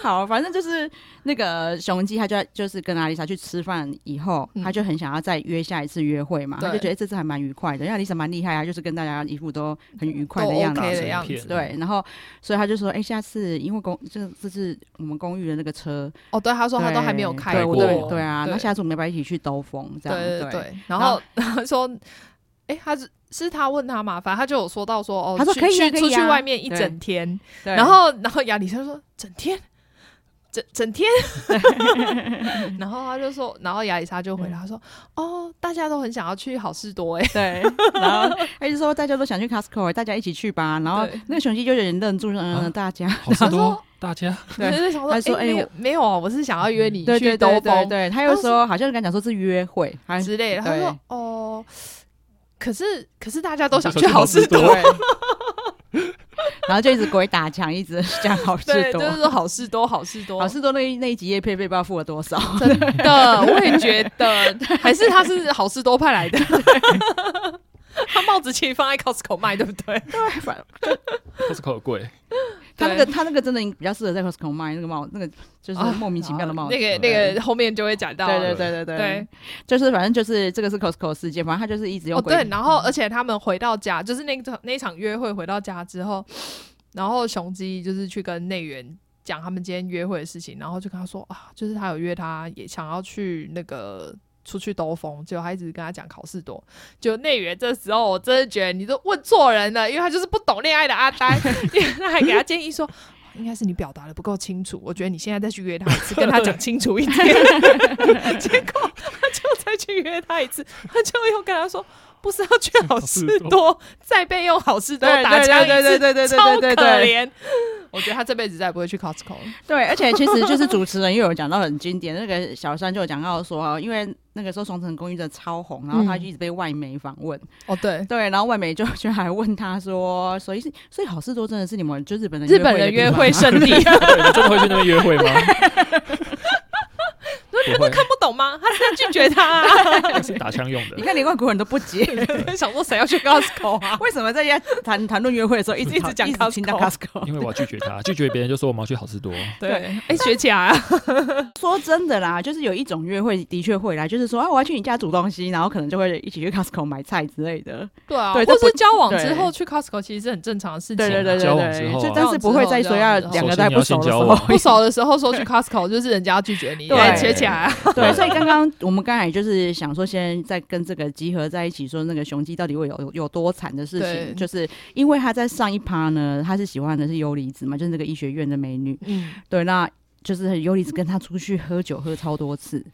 [SPEAKER 1] 好，反正就是那个雄鸡，他就就是跟阿丽莎去吃饭以后，
[SPEAKER 2] 嗯
[SPEAKER 1] 他就很想要再约下一次约会嘛，他
[SPEAKER 2] 对
[SPEAKER 1] 就觉得哎这次还蛮愉快的，因为阿丽莎蛮厉害啊，就是跟大家一副都很愉 快
[SPEAKER 2] 都
[SPEAKER 1] 的样子。
[SPEAKER 2] OK 的
[SPEAKER 3] 成
[SPEAKER 2] 样
[SPEAKER 3] 片
[SPEAKER 2] 子
[SPEAKER 1] 对，，然后所以他就说，哎、下次因为公这这是我们公寓的那个车，
[SPEAKER 2] 哦，对，他说他都还没有
[SPEAKER 1] 对
[SPEAKER 2] 开
[SPEAKER 1] 对
[SPEAKER 3] 过
[SPEAKER 1] 我对对啊，
[SPEAKER 2] 对
[SPEAKER 1] 那下次我们要不要一起去兜风？这样
[SPEAKER 2] 对对
[SPEAKER 1] 对。
[SPEAKER 2] 对。然后 他说，哎，他是是他问他嘛，反正他就有说到说，哦，
[SPEAKER 1] 他说
[SPEAKER 2] 去
[SPEAKER 1] 可以啊
[SPEAKER 2] 去
[SPEAKER 1] 可以啊
[SPEAKER 2] 出去外面一
[SPEAKER 1] 对
[SPEAKER 2] 整天。
[SPEAKER 1] 对
[SPEAKER 2] 然后然后亚里生说整天。整 整天，然后他就说，然后亚里莎就回
[SPEAKER 1] 嗯
[SPEAKER 2] 答说：“哦，大家都很想要去好事多哎、
[SPEAKER 1] 对，然后他就说大家都想去 Costco，欸大家一起去吧。然后
[SPEAKER 2] 对
[SPEAKER 1] 那个雄鸡就有点愣住，说嗯、
[SPEAKER 3] 啊
[SPEAKER 1] 大家。
[SPEAKER 3] 好事
[SPEAKER 2] 然后
[SPEAKER 3] 多，大家
[SPEAKER 1] 对
[SPEAKER 2] 我 就想说，
[SPEAKER 1] 他说
[SPEAKER 2] 哎、没
[SPEAKER 1] 诶
[SPEAKER 2] 有没有啊，我是想要约你
[SPEAKER 1] 对
[SPEAKER 2] 去
[SPEAKER 1] 对
[SPEAKER 2] 兜
[SPEAKER 1] 对
[SPEAKER 2] 风，啊
[SPEAKER 1] 对对，他又
[SPEAKER 2] 当时
[SPEAKER 1] 说好像跟他讲说是约会，还
[SPEAKER 2] 之类的。他
[SPEAKER 1] 对
[SPEAKER 2] 说哦，可是可是大家都想
[SPEAKER 3] 想
[SPEAKER 2] 去
[SPEAKER 3] 去
[SPEAKER 2] 好
[SPEAKER 3] 好
[SPEAKER 2] 事
[SPEAKER 3] 事
[SPEAKER 2] 多
[SPEAKER 3] 多，
[SPEAKER 1] 然后就一直鬼打墙，一直讲 好事
[SPEAKER 2] 对，
[SPEAKER 1] 多
[SPEAKER 2] 就。是说好事多，好事多，
[SPEAKER 1] 好事多那一那一集叶配被不知道付了多 少，
[SPEAKER 2] 真的，我也觉 得，还是他是好事多派来的。 他帽子其实放在 Costco 卖，对不 对？
[SPEAKER 3] Costco 贵，
[SPEAKER 1] 他那个他那个真的比较适合在 Costco 卖那个帽，那个就是莫名其妙的帽子。
[SPEAKER 2] 啊那个那个后面就会讲到。
[SPEAKER 1] 对对对对对，
[SPEAKER 2] 对
[SPEAKER 1] 就是反正就是这个是 Costco 事件，反正他就是一直用
[SPEAKER 2] 哦
[SPEAKER 1] 鬼。
[SPEAKER 2] 对，然
[SPEAKER 1] 嗯
[SPEAKER 2] 后而且他们回到家，就是那个那一场约会回到家之后，然后雄鸡就是去跟内援讲他们今天约会的事情，然后就跟他说啊，就是他有约他也想要去那个。出去兜风，结果他一直跟他讲考试多，就内援这时候我 真的觉得你都问错人了，因为他就是不懂恋爱的阿呆，因为他还给他建议说，应该是你表达的不够清楚。我觉得你现在再去约他一次，跟他讲清楚一点。结果他就再去约他一次，他就又跟他说。不是要去好事多，再被用好事多打枪一次，超可怜。我觉得他这辈子再也不会去 Costco 了。
[SPEAKER 1] 对，而且其实就是主持人又有讲到很经典，那个小三就有讲到说，哦因为那个时候《双城公寓》真的超红，然后
[SPEAKER 2] 嗯
[SPEAKER 1] 他就一直被外媒访问。
[SPEAKER 2] 哦，对
[SPEAKER 1] 对，然后外媒就就还问他说，所以是所以好事多真的是你们就日本人
[SPEAKER 2] 日本人约会圣地，你
[SPEAKER 1] 啊
[SPEAKER 3] 真的会去那边 约会吗？
[SPEAKER 2] 他都看不懂吗？他他拒绝他、啊，
[SPEAKER 3] 是打枪用的。
[SPEAKER 1] 你看连外国人都不接，
[SPEAKER 2] 想说谁要去 Costco 啊？
[SPEAKER 1] 为什么在家谈谈论约会的时候一直一直讲 Costco？
[SPEAKER 3] 因为我要拒绝他，拒绝别人就说我们要去好事多。
[SPEAKER 2] 对，哎、欸，学起来、啊。
[SPEAKER 1] 说真的啦，就是有一种约会的确会啦，就是说啊，我要去你家煮东西，然后可能就会一起去 Costco 买菜之类的。
[SPEAKER 2] 对啊，对，或是交往之后去 Costco 其实是很正常的事情、啊。
[SPEAKER 1] 对对对
[SPEAKER 3] 交往之后，
[SPEAKER 1] 就但是不会再说要两个在不熟的时候，
[SPEAKER 2] 不熟的时候 说去 Costco 就是人家要拒绝你，
[SPEAKER 1] 对，
[SPEAKER 2] 学起来。啊
[SPEAKER 1] 对，所以刚刚我们刚才就是想说，先在跟这个集合在一起，说那个雄鸡到底会有有多惨的事情，就是因为他在上一趴呢，他是喜欢的是优离子嘛，就是那个医学院的美女， 嗯，对，那就是优离子跟他出去喝酒喝超多次，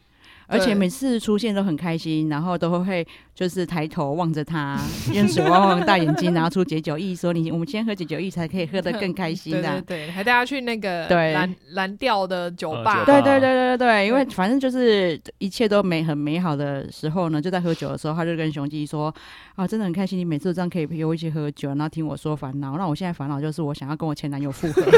[SPEAKER 1] 而且每次出现都很开心，然后都会就是抬头望着他，用水汪汪大眼睛拿出解酒意，说你我们先喝解酒意才可以喝得更开心的、啊，
[SPEAKER 2] 对,对,对，还带他去那个
[SPEAKER 1] 对
[SPEAKER 2] 蓝蓝调的酒吧，
[SPEAKER 3] 呃、
[SPEAKER 1] 对对对。对对，因为反正就是一切都美很美好的时候呢，就在喝酒的时候，他就跟雄鸡说：“啊，真的很开心，你每次都这样可以陪我一起喝酒，然后听我说烦恼。那我现在烦恼就是我想要跟我前男友复合，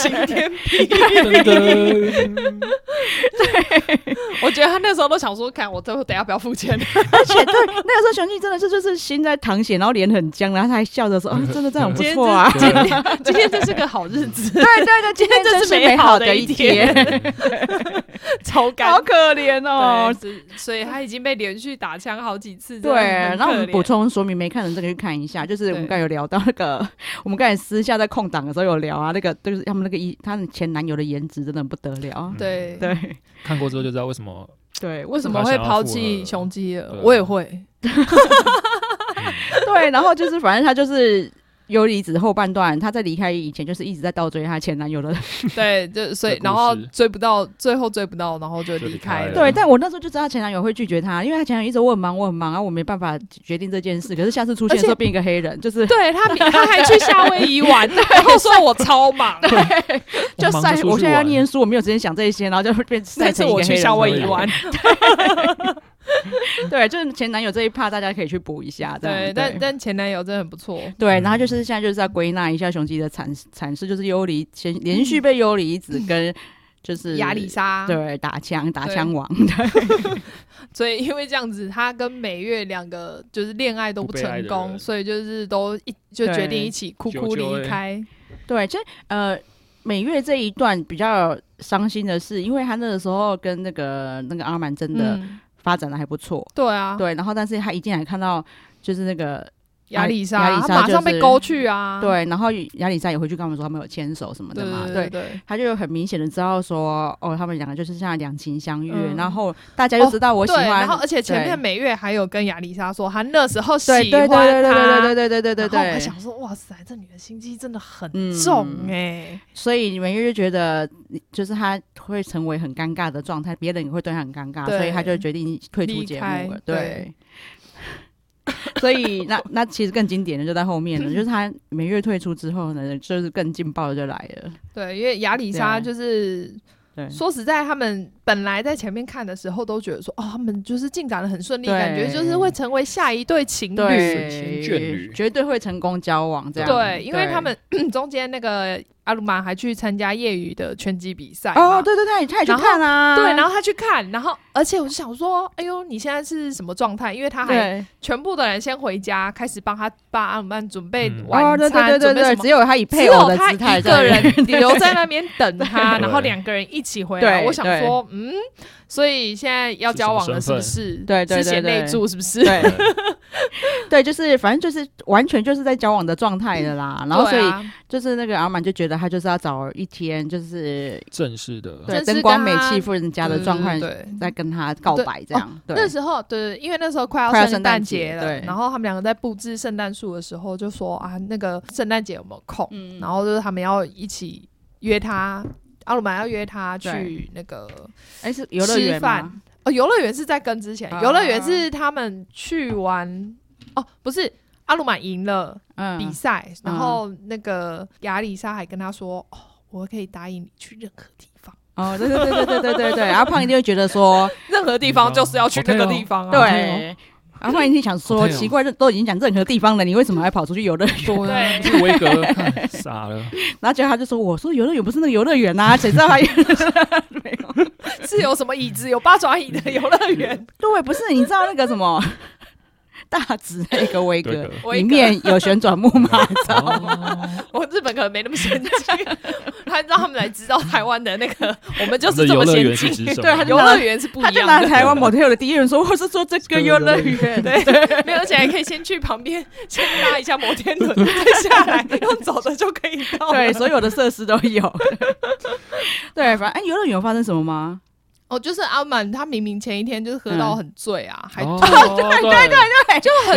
[SPEAKER 2] 晴天霹雳。”对，我觉得他那时候都想说：“看我最后等下不要 付钱。”
[SPEAKER 1] 而且对，那个时候雄鸡真的是就是心在淌血，然后脸很僵，然后他还笑着说：“啊，真的这样很不错啊，
[SPEAKER 2] 今天今天这是个好日子。”
[SPEAKER 1] 对对对，今天
[SPEAKER 2] 真
[SPEAKER 1] 是
[SPEAKER 2] 美
[SPEAKER 1] 好
[SPEAKER 2] 的
[SPEAKER 1] 一
[SPEAKER 2] 天。超感，
[SPEAKER 1] 好可怜哦！
[SPEAKER 2] 所以他已经被连续打枪好几次。
[SPEAKER 1] 对，然后我们补充说明，没看的这个去看一下。就是我们刚才有聊到那个， 我们刚才私下在空档的时候有聊啊，那个就是他们那个一，他前男友的颜值真的不得了。啊
[SPEAKER 2] 对
[SPEAKER 1] 对，
[SPEAKER 3] 看过之后就知道为什么。
[SPEAKER 1] 对，
[SPEAKER 2] 为什 么会抛弃雄鸡了？我也会。
[SPEAKER 3] 嗯
[SPEAKER 1] 对，然后就是反正他就是。尤离子后半段，她在离开以前就是一直在倒追她前男友的，
[SPEAKER 2] 对，就所以然后追不到，最后追不到，然后就离开了。
[SPEAKER 1] 对，但我那时候就知道前男友会拒绝她，因为她前男友一直我很忙，我很忙啊，我没办法决定这件 事。可是下次出现的时候变一个黑人，就是
[SPEAKER 2] 对他，他还去夏威 夷玩，然后说我超忙，
[SPEAKER 1] 对，就晒我现在要念书，我没有时间想这些，然后就 变晒
[SPEAKER 2] 成我去夏威夷玩。
[SPEAKER 1] 对，就是前男友这一趴，大家可以去补一下。
[SPEAKER 2] 对，但但前男友真的很不错。
[SPEAKER 1] 对，然后就是现在就是在归纳一下雄鸡的惨惨事，就是幽离先连续被幽离
[SPEAKER 2] 嗯
[SPEAKER 1] 子跟就是
[SPEAKER 2] 亚里莎
[SPEAKER 1] 对打枪打枪王。
[SPEAKER 2] 所以因为这样子，他跟美月两个就是恋爱都不成功，所以就是都一就决定一起哭哭离开。
[SPEAKER 1] 对，就呃美月这一段比较伤心的是，因为他那个时候跟那个那个阿满真的。发展的还不错，
[SPEAKER 2] 嗯对
[SPEAKER 1] 嗯
[SPEAKER 2] 啊，
[SPEAKER 1] 对，然后但是他一进来看到就是那个
[SPEAKER 2] 亚
[SPEAKER 1] 历
[SPEAKER 2] 莎，
[SPEAKER 1] 亚历
[SPEAKER 2] 莎马上被勾去啊，
[SPEAKER 1] 对，然后亚历莎也回去跟他们说他们有牵手什么的嘛，
[SPEAKER 2] 对对，
[SPEAKER 1] 他就很明显的知道说哦，他们两个就是像两情相悦，然后大家就知道我喜欢，然
[SPEAKER 2] 后而且前面每月还有跟亚历莎说他那时候喜欢
[SPEAKER 1] 对对对对对对对对对对，嗯
[SPEAKER 2] 我还想说哇塞，这女人心机真的很重哎，
[SPEAKER 1] 所以每月就觉得。就是他会成为很尴尬的状态，别人也会对他很尴尬，所以他就决定退出节目了。对，所以那那其实更经典的就在后面了，就是他每月退出之后呢，就是更劲爆的就来了。
[SPEAKER 2] 对，因为亚里
[SPEAKER 1] 啊
[SPEAKER 2] 莎就是。说实在，他们本来在前面看的时候都觉得说，哦，他们就是进展的很顺利，感觉就是会成为下一对情
[SPEAKER 1] 侣，
[SPEAKER 3] 眷侣
[SPEAKER 1] 绝对会成功交往这样。
[SPEAKER 2] 对，因为他们 中间那个阿鲁玛还去参加业余的拳击比赛。
[SPEAKER 1] 哦，对对对，他也去看啊。
[SPEAKER 2] 对，然后他去看，然后而且我就想说，哎呦，你现在是什么状态？因为他还全部的人先回家，开始帮他帮阿鲁曼准备
[SPEAKER 1] 嗯
[SPEAKER 2] 晚餐，
[SPEAKER 1] 哦对对对对，只有他以配偶的姿态
[SPEAKER 2] 一个人留在那边等他，然后两个人一。一起回来，我想说，嗯，所以现在要交往了，是不是？
[SPEAKER 1] 对对对，
[SPEAKER 2] 之前内住是不是？
[SPEAKER 1] 对， 对，就是反正就是完全就是在交往的状态的啦。然后所
[SPEAKER 2] 对
[SPEAKER 1] 以
[SPEAKER 2] 啊
[SPEAKER 1] 就是那个阿满就觉得他就是要找一天就是
[SPEAKER 3] 正式的，
[SPEAKER 1] 对
[SPEAKER 2] 正式
[SPEAKER 1] 灯光
[SPEAKER 2] 跟
[SPEAKER 1] 美
[SPEAKER 2] 他
[SPEAKER 1] 气富人家的
[SPEAKER 2] 对
[SPEAKER 1] 状况
[SPEAKER 2] 嗯对对
[SPEAKER 1] 在跟他告白这样。对，
[SPEAKER 2] 哦那时候，对，因为那时候快
[SPEAKER 1] 快要
[SPEAKER 2] 要
[SPEAKER 1] 圣
[SPEAKER 2] 圣
[SPEAKER 1] 诞
[SPEAKER 2] 诞
[SPEAKER 1] 节
[SPEAKER 2] 节了，
[SPEAKER 1] 对
[SPEAKER 2] 然后他们两个在布置圣诞树的时候就说啊，那个圣诞节有没有空？
[SPEAKER 1] 嗯
[SPEAKER 2] 然后就是他们要一起约他，阿鲁曼要约他去
[SPEAKER 1] 对
[SPEAKER 2] 那个
[SPEAKER 1] 哎是游乐园吗
[SPEAKER 2] 吃饭？哦，游乐园是在跟之前
[SPEAKER 1] 啊，
[SPEAKER 2] 游乐园是他们去玩哦，不是阿鲁曼赢了
[SPEAKER 1] 嗯，
[SPEAKER 2] 比赛，
[SPEAKER 1] 嗯
[SPEAKER 2] 然后那个亚里莎还跟他说，哦，我可以答应你去任何地方，
[SPEAKER 1] 哦，对对对对对对对对，阿胖一定会觉得 说，
[SPEAKER 2] 任何地方就是要去那个地方啊，
[SPEAKER 3] 好
[SPEAKER 2] 对
[SPEAKER 3] 累哦
[SPEAKER 1] 对，阿胖一定想
[SPEAKER 3] 好
[SPEAKER 1] 说，
[SPEAKER 3] 累哦
[SPEAKER 1] 奇怪，这都已经讲任何地方了，你为什么还跑出去游乐园？
[SPEAKER 2] 对。
[SPEAKER 3] 这个维格看傻了，
[SPEAKER 1] 然后结果他就说，我说游乐园不是那个游乐园啊 呐，谁知道他没有？
[SPEAKER 2] 是有什么椅子有八爪椅的游乐园，
[SPEAKER 1] 对，不是，你知道那个什 么大直那个威
[SPEAKER 3] 对
[SPEAKER 1] 格
[SPEAKER 3] 的。
[SPEAKER 2] 我
[SPEAKER 1] 里面有旋转木马，
[SPEAKER 3] 哦
[SPEAKER 2] 我日本可能没那么先进， 他让他们来知道台湾的那个，我们就
[SPEAKER 3] 这
[SPEAKER 2] 是这
[SPEAKER 3] 游
[SPEAKER 2] 么
[SPEAKER 3] 乐
[SPEAKER 2] 先
[SPEAKER 3] 园是
[SPEAKER 2] 进。
[SPEAKER 3] 指什么？
[SPEAKER 1] 对他就
[SPEAKER 2] 游乐园是 不
[SPEAKER 1] 他
[SPEAKER 2] 一
[SPEAKER 1] 就拿
[SPEAKER 2] 样的，
[SPEAKER 1] 台湾 motel 的第一人说，或是说这个游乐 园，对，
[SPEAKER 2] 没有，而且还可以先去旁边先拉一下摩天轮，再下来用走的就可以到了。
[SPEAKER 1] 对，所有的设施都 有。对，反正哎，游乐园有发生什么吗？
[SPEAKER 2] 哦，就是阿满他明明前一天就是喝到很醉啊，还
[SPEAKER 3] 哦
[SPEAKER 2] 吐，
[SPEAKER 3] 对对对
[SPEAKER 2] 就很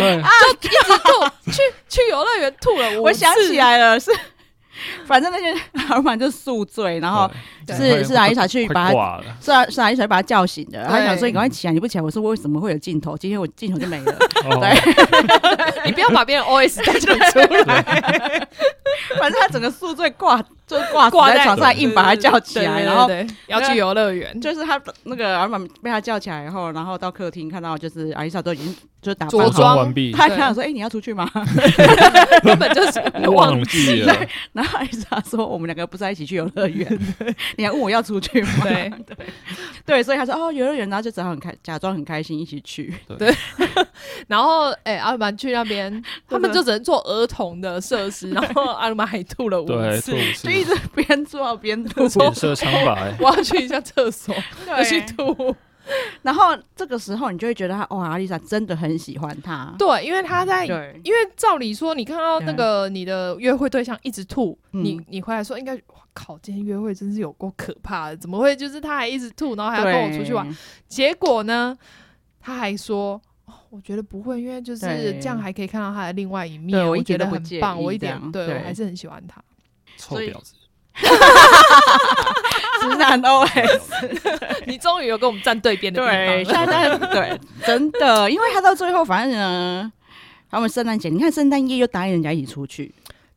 [SPEAKER 2] 就
[SPEAKER 3] 对，
[SPEAKER 2] 一直吐，去 去游乐园吐了五次。
[SPEAKER 1] 我想起来了，是，反正那些 老板就宿醉，然后
[SPEAKER 2] 对
[SPEAKER 1] 是是阿丽莎去
[SPEAKER 3] 快
[SPEAKER 1] 把他。
[SPEAKER 3] 挂 了，
[SPEAKER 1] 是啊，是啊，一才把他叫醒的。他
[SPEAKER 2] 对
[SPEAKER 1] 想说：“你赶快起来，你不起来，我说为什么会有镜头？今天我镜头就没了。
[SPEAKER 3] 哦
[SPEAKER 1] 对
[SPEAKER 2] 你不要把 别人 OS 带讲出来，
[SPEAKER 1] 反正他整个宿醉挂，就挂死
[SPEAKER 2] 挂
[SPEAKER 1] 在
[SPEAKER 2] 在
[SPEAKER 1] 床上，硬把他叫起来。
[SPEAKER 2] 对对对
[SPEAKER 1] 然后
[SPEAKER 2] 对要去游乐 园，
[SPEAKER 1] 就是他那个阿满被他叫起来以后，然后到客厅看到就是阿丽莎都已经就是打扮
[SPEAKER 2] 着
[SPEAKER 1] 好
[SPEAKER 3] 包
[SPEAKER 2] 装
[SPEAKER 3] 完毕，
[SPEAKER 1] 他想说：“哎、你要出去吗
[SPEAKER 2] 根本就是
[SPEAKER 3] 忘记了，？”
[SPEAKER 1] 然后阿丽莎说：“我们两个不是在一起去游乐园？ 你还问我要出去吗？”
[SPEAKER 2] 对，
[SPEAKER 1] 对，所以他说：“哦，游乐园。”然后就只好很开，假装很开心一起去。
[SPEAKER 2] 然后哎、阿鲁曼去那 边，他们就只能做儿童的设施，然后阿鲁曼还吐了五
[SPEAKER 3] 对，
[SPEAKER 2] 次
[SPEAKER 3] 吐。
[SPEAKER 1] 就一
[SPEAKER 3] 是
[SPEAKER 1] 直边做边吐，
[SPEAKER 3] 脸色苍白，
[SPEAKER 2] 我要去一下厕所，要去
[SPEAKER 1] 对。
[SPEAKER 2] 吐。
[SPEAKER 1] 然后这个时候你就会觉得他，哇，阿丽莎真的很喜欢他。
[SPEAKER 2] 对，因为他在，
[SPEAKER 1] 对
[SPEAKER 2] 因为照理说，你看到那个你的约会对象一直吐，
[SPEAKER 1] 嗯
[SPEAKER 2] 你你回来说应该，哇靠，今天约会真是有够可怕的，怎么会就是他还一直吐，然后还要跟我出去玩？，结果呢，他还说。哦我觉得不会，因为就是
[SPEAKER 1] 对
[SPEAKER 2] 这样还可以看到他的另外一面
[SPEAKER 1] 对，我一
[SPEAKER 2] 觉
[SPEAKER 1] 点都
[SPEAKER 2] 得
[SPEAKER 1] 不
[SPEAKER 2] 很
[SPEAKER 1] 介
[SPEAKER 2] 棒，
[SPEAKER 1] 意
[SPEAKER 2] 我一
[SPEAKER 1] 这
[SPEAKER 2] 点
[SPEAKER 1] 样
[SPEAKER 2] 对
[SPEAKER 1] 对
[SPEAKER 2] 我还是很喜欢他。
[SPEAKER 3] 哎臭婊子，
[SPEAKER 1] 直男 哦 OS。
[SPEAKER 2] 你终于有跟我们站对边的地
[SPEAKER 1] 对，
[SPEAKER 2] 方
[SPEAKER 1] 现
[SPEAKER 2] 了。
[SPEAKER 1] 在 对，真的，因为他到最后，反正呢，他们圣诞节，你看圣诞夜又答应人家一起出去，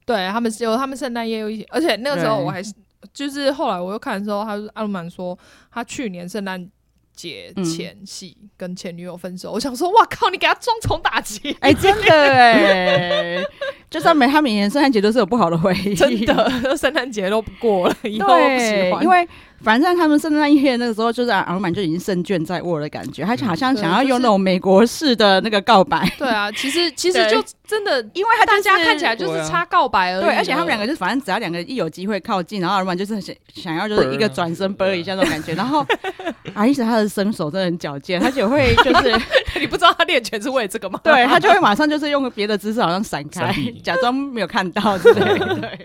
[SPEAKER 2] 对他们有他们圣诞夜又一起，而且那个时候
[SPEAKER 1] 对
[SPEAKER 2] 我还是就是后来我又看的时候，他就阿鲁曼说他去年圣诞节
[SPEAKER 1] 嗯
[SPEAKER 2] 前夕跟前女友分手，我想说哇靠，你给他双重打击，
[SPEAKER 1] 哎、真的哎、就算每他每年圣诞节都是有不好的回忆，
[SPEAKER 2] 真。的圣诞节都不过了，以后我不喜
[SPEAKER 1] 对，
[SPEAKER 2] 欢，
[SPEAKER 1] 因为反正他们圣诞夜那个时候，就是啊阿满就已经胜券在握的感觉，他就好像
[SPEAKER 2] 对
[SPEAKER 1] 想要
[SPEAKER 2] 就是
[SPEAKER 1] 用那种美国式的那个告白，
[SPEAKER 2] 对啊，其实其实
[SPEAKER 1] 对
[SPEAKER 2] 就真的
[SPEAKER 1] 因为他
[SPEAKER 2] 大
[SPEAKER 1] 就是
[SPEAKER 2] 家看起来就
[SPEAKER 3] 对
[SPEAKER 2] 是
[SPEAKER 3] 啊
[SPEAKER 2] 差告白而已了，
[SPEAKER 1] 对，而且他们两个就反正只要两个人一有机会靠近，然后阿尔曼就是想想要就是一个转身啵一下那种感觉，然后阿丽莎她的身手真的很矫健，她就会就是
[SPEAKER 2] 你不知道他练拳是为了这 个吗？
[SPEAKER 1] 对她就会马上就是用别的姿势好像闪开
[SPEAKER 3] 闪避你，
[SPEAKER 1] 假装没有看到之类的。 对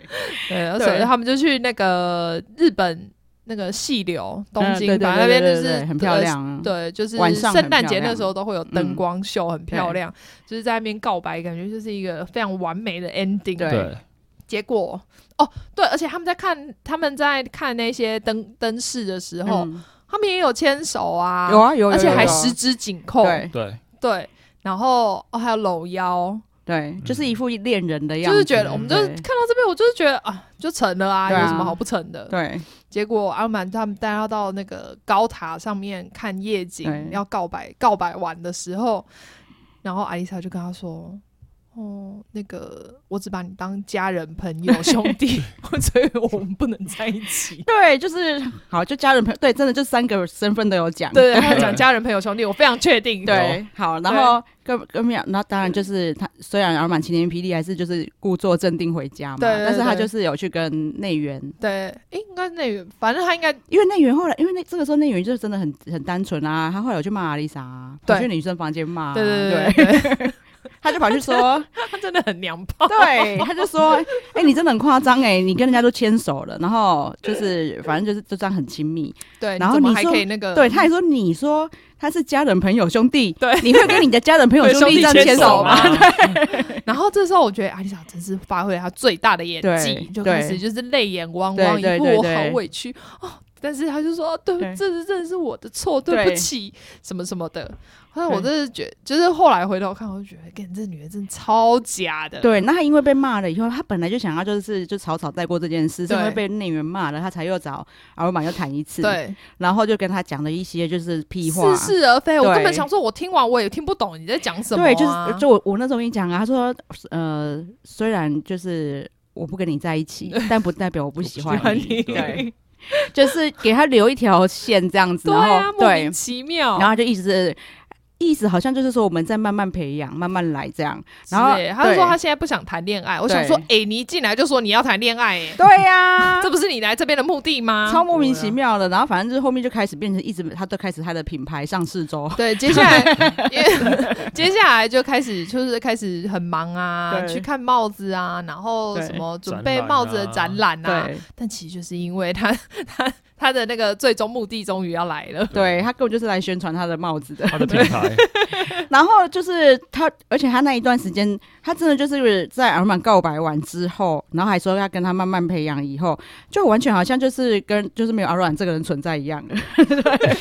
[SPEAKER 2] 对，而
[SPEAKER 1] 对
[SPEAKER 2] 且他们就去那个日本那个细流东
[SPEAKER 1] 嗯
[SPEAKER 2] 京，
[SPEAKER 1] 对对
[SPEAKER 2] 反正那
[SPEAKER 1] 对
[SPEAKER 2] 边就
[SPEAKER 1] 对对
[SPEAKER 2] 是
[SPEAKER 1] 对很漂。亮啊
[SPEAKER 2] 呃。对，就是
[SPEAKER 1] 晚上很
[SPEAKER 2] 圣诞节
[SPEAKER 1] 漂亮嗯
[SPEAKER 2] 那时候都会有灯光秀，很漂亮，就是在那边告白，感觉就是一个非常完美的 ending。
[SPEAKER 1] 对
[SPEAKER 3] 对，
[SPEAKER 2] 结果哦，对，而且他们在看他们在看那些灯灯饰的时候，
[SPEAKER 1] 嗯
[SPEAKER 2] 他们也有牵手啊，
[SPEAKER 1] 有啊有，
[SPEAKER 2] 而且
[SPEAKER 1] 有有
[SPEAKER 2] 还
[SPEAKER 1] 有
[SPEAKER 2] 十指紧扣，
[SPEAKER 1] 对
[SPEAKER 3] 对，
[SPEAKER 2] 对然后哦还有搂腰，
[SPEAKER 1] 对，
[SPEAKER 3] 嗯
[SPEAKER 1] 就是一副恋人的样
[SPEAKER 2] 就
[SPEAKER 1] 子，
[SPEAKER 2] 是觉得我们就是
[SPEAKER 1] 对
[SPEAKER 2] 看到这边，我就是觉得啊，就成了啊，
[SPEAKER 1] 对啊
[SPEAKER 2] 有什么好不成的？
[SPEAKER 1] 对
[SPEAKER 2] 结果阿满他们带他到那个高塔上面看夜
[SPEAKER 1] 对
[SPEAKER 2] 景，要告白告白完的时候，然后艾丽莎就跟他说：“哦，那个我只把你当家人、朋友、兄 弟， 所以我们不能在一起。
[SPEAKER 1] 对，就是好，就家人朋友，对，真的就三个身份都有讲”，
[SPEAKER 2] 对，他讲家人、朋友、兄弟，我非常确定。
[SPEAKER 1] 对，好，然后跟跟淼，那当然就是他，虽然阿满晴天霹雳还是就是故作镇定回家嘛，
[SPEAKER 2] 对对
[SPEAKER 1] 但是他
[SPEAKER 2] 对
[SPEAKER 1] 就是有去跟内援，
[SPEAKER 2] 对，诶应该那个，反正他应该
[SPEAKER 1] 因为内援后来，因为那这个时候内援就真的很很单纯啊，他后来有去骂阿丽莎啊，跑
[SPEAKER 2] 对
[SPEAKER 1] 去女生房间骂啊，
[SPEAKER 2] 对对
[SPEAKER 1] 对
[SPEAKER 2] 对对，
[SPEAKER 1] 他就跑去说，
[SPEAKER 2] 他真的很娘炮。
[SPEAKER 1] 对，他就说，哎、你真的很夸张哎，你跟人家都牵手了，然后就是反正就是就这样很亲密，
[SPEAKER 2] 对，
[SPEAKER 1] 然后
[SPEAKER 2] 怎么
[SPEAKER 1] 你
[SPEAKER 2] 还
[SPEAKER 1] 说
[SPEAKER 2] 可以那个？
[SPEAKER 1] 对，他还说你说他是家人、朋友、兄弟，
[SPEAKER 2] 对
[SPEAKER 1] 你会跟你的家人、朋友、
[SPEAKER 2] 对
[SPEAKER 1] 兄弟这样
[SPEAKER 2] 兄弟
[SPEAKER 1] 牵
[SPEAKER 2] 牵手
[SPEAKER 1] 手
[SPEAKER 2] 吗
[SPEAKER 1] 吗？
[SPEAKER 2] 然后这时候我觉得阿丽莎真是发挥了她最大的演技
[SPEAKER 1] 对，
[SPEAKER 2] 就开
[SPEAKER 1] 对
[SPEAKER 2] 始就是泪眼汪
[SPEAKER 1] 对
[SPEAKER 2] 汪，
[SPEAKER 1] 对
[SPEAKER 2] 一副
[SPEAKER 1] 对
[SPEAKER 2] 我
[SPEAKER 1] 对
[SPEAKER 2] 好委屈哦。但是她就说：“哦对，
[SPEAKER 1] 对
[SPEAKER 2] 这是真的是我的错，对不
[SPEAKER 1] 对
[SPEAKER 2] 起，什么什么的。”后来我
[SPEAKER 1] 对
[SPEAKER 2] 真的觉就是后来回头看，我就觉得，跟这女的真的超假的。
[SPEAKER 1] 对，那他因为被骂了以后，他本来就想要就是就草草带过这件事，是因为
[SPEAKER 2] 对
[SPEAKER 1] 被内援骂了，他才又找阿尔玛又谈一次，，
[SPEAKER 2] 对，
[SPEAKER 1] 然后就跟他讲了一些就是屁话，
[SPEAKER 2] 似是而非。我根本
[SPEAKER 1] 对
[SPEAKER 2] 想说，我听完我也听不懂你在讲什么啊。
[SPEAKER 1] 对，就是就我我那时候跟你讲啊，他说呃，虽然就是我不跟你在一起，但不代表我不喜欢
[SPEAKER 3] 欢
[SPEAKER 1] 你，
[SPEAKER 3] 你
[SPEAKER 1] 对，就是给他留一条线这样子，
[SPEAKER 2] 对
[SPEAKER 1] 然
[SPEAKER 2] 啊，
[SPEAKER 1] 后
[SPEAKER 2] 莫
[SPEAKER 1] 对
[SPEAKER 2] 名，其妙。
[SPEAKER 1] 然后他就一直是。意思好像就是说我们在慢慢培养，慢慢来这样。
[SPEAKER 2] 之
[SPEAKER 1] 然后
[SPEAKER 2] 类的他就说
[SPEAKER 1] 对
[SPEAKER 2] 他现在不想谈恋爱。我想
[SPEAKER 1] 对
[SPEAKER 2] 说，哎，你一进来就说你要谈恋爱，哎，
[SPEAKER 1] 对呀、
[SPEAKER 2] 这不啊是你来这边的目的吗？
[SPEAKER 1] 超莫名其妙的。然后反正就是后面就开始变成一直，他都开始他的品牌上市周。
[SPEAKER 2] 对，接下来 因为接下来就开始就是开始很忙啊，
[SPEAKER 1] 对
[SPEAKER 2] 去看帽子啊，然后什么准备帽子的展览啊。但其实就是因为他 他他的那个最终目的终于要来了，
[SPEAKER 1] 对他根本就是来宣传他的帽子的，
[SPEAKER 3] 他的品牌，
[SPEAKER 1] 然后就是他，而且他那一段时间，他真的就是在阿曼告白完之后，然后还说要跟他慢慢培养，以后就完全好像就是跟就是没有阿软这个人存在一样的。 对，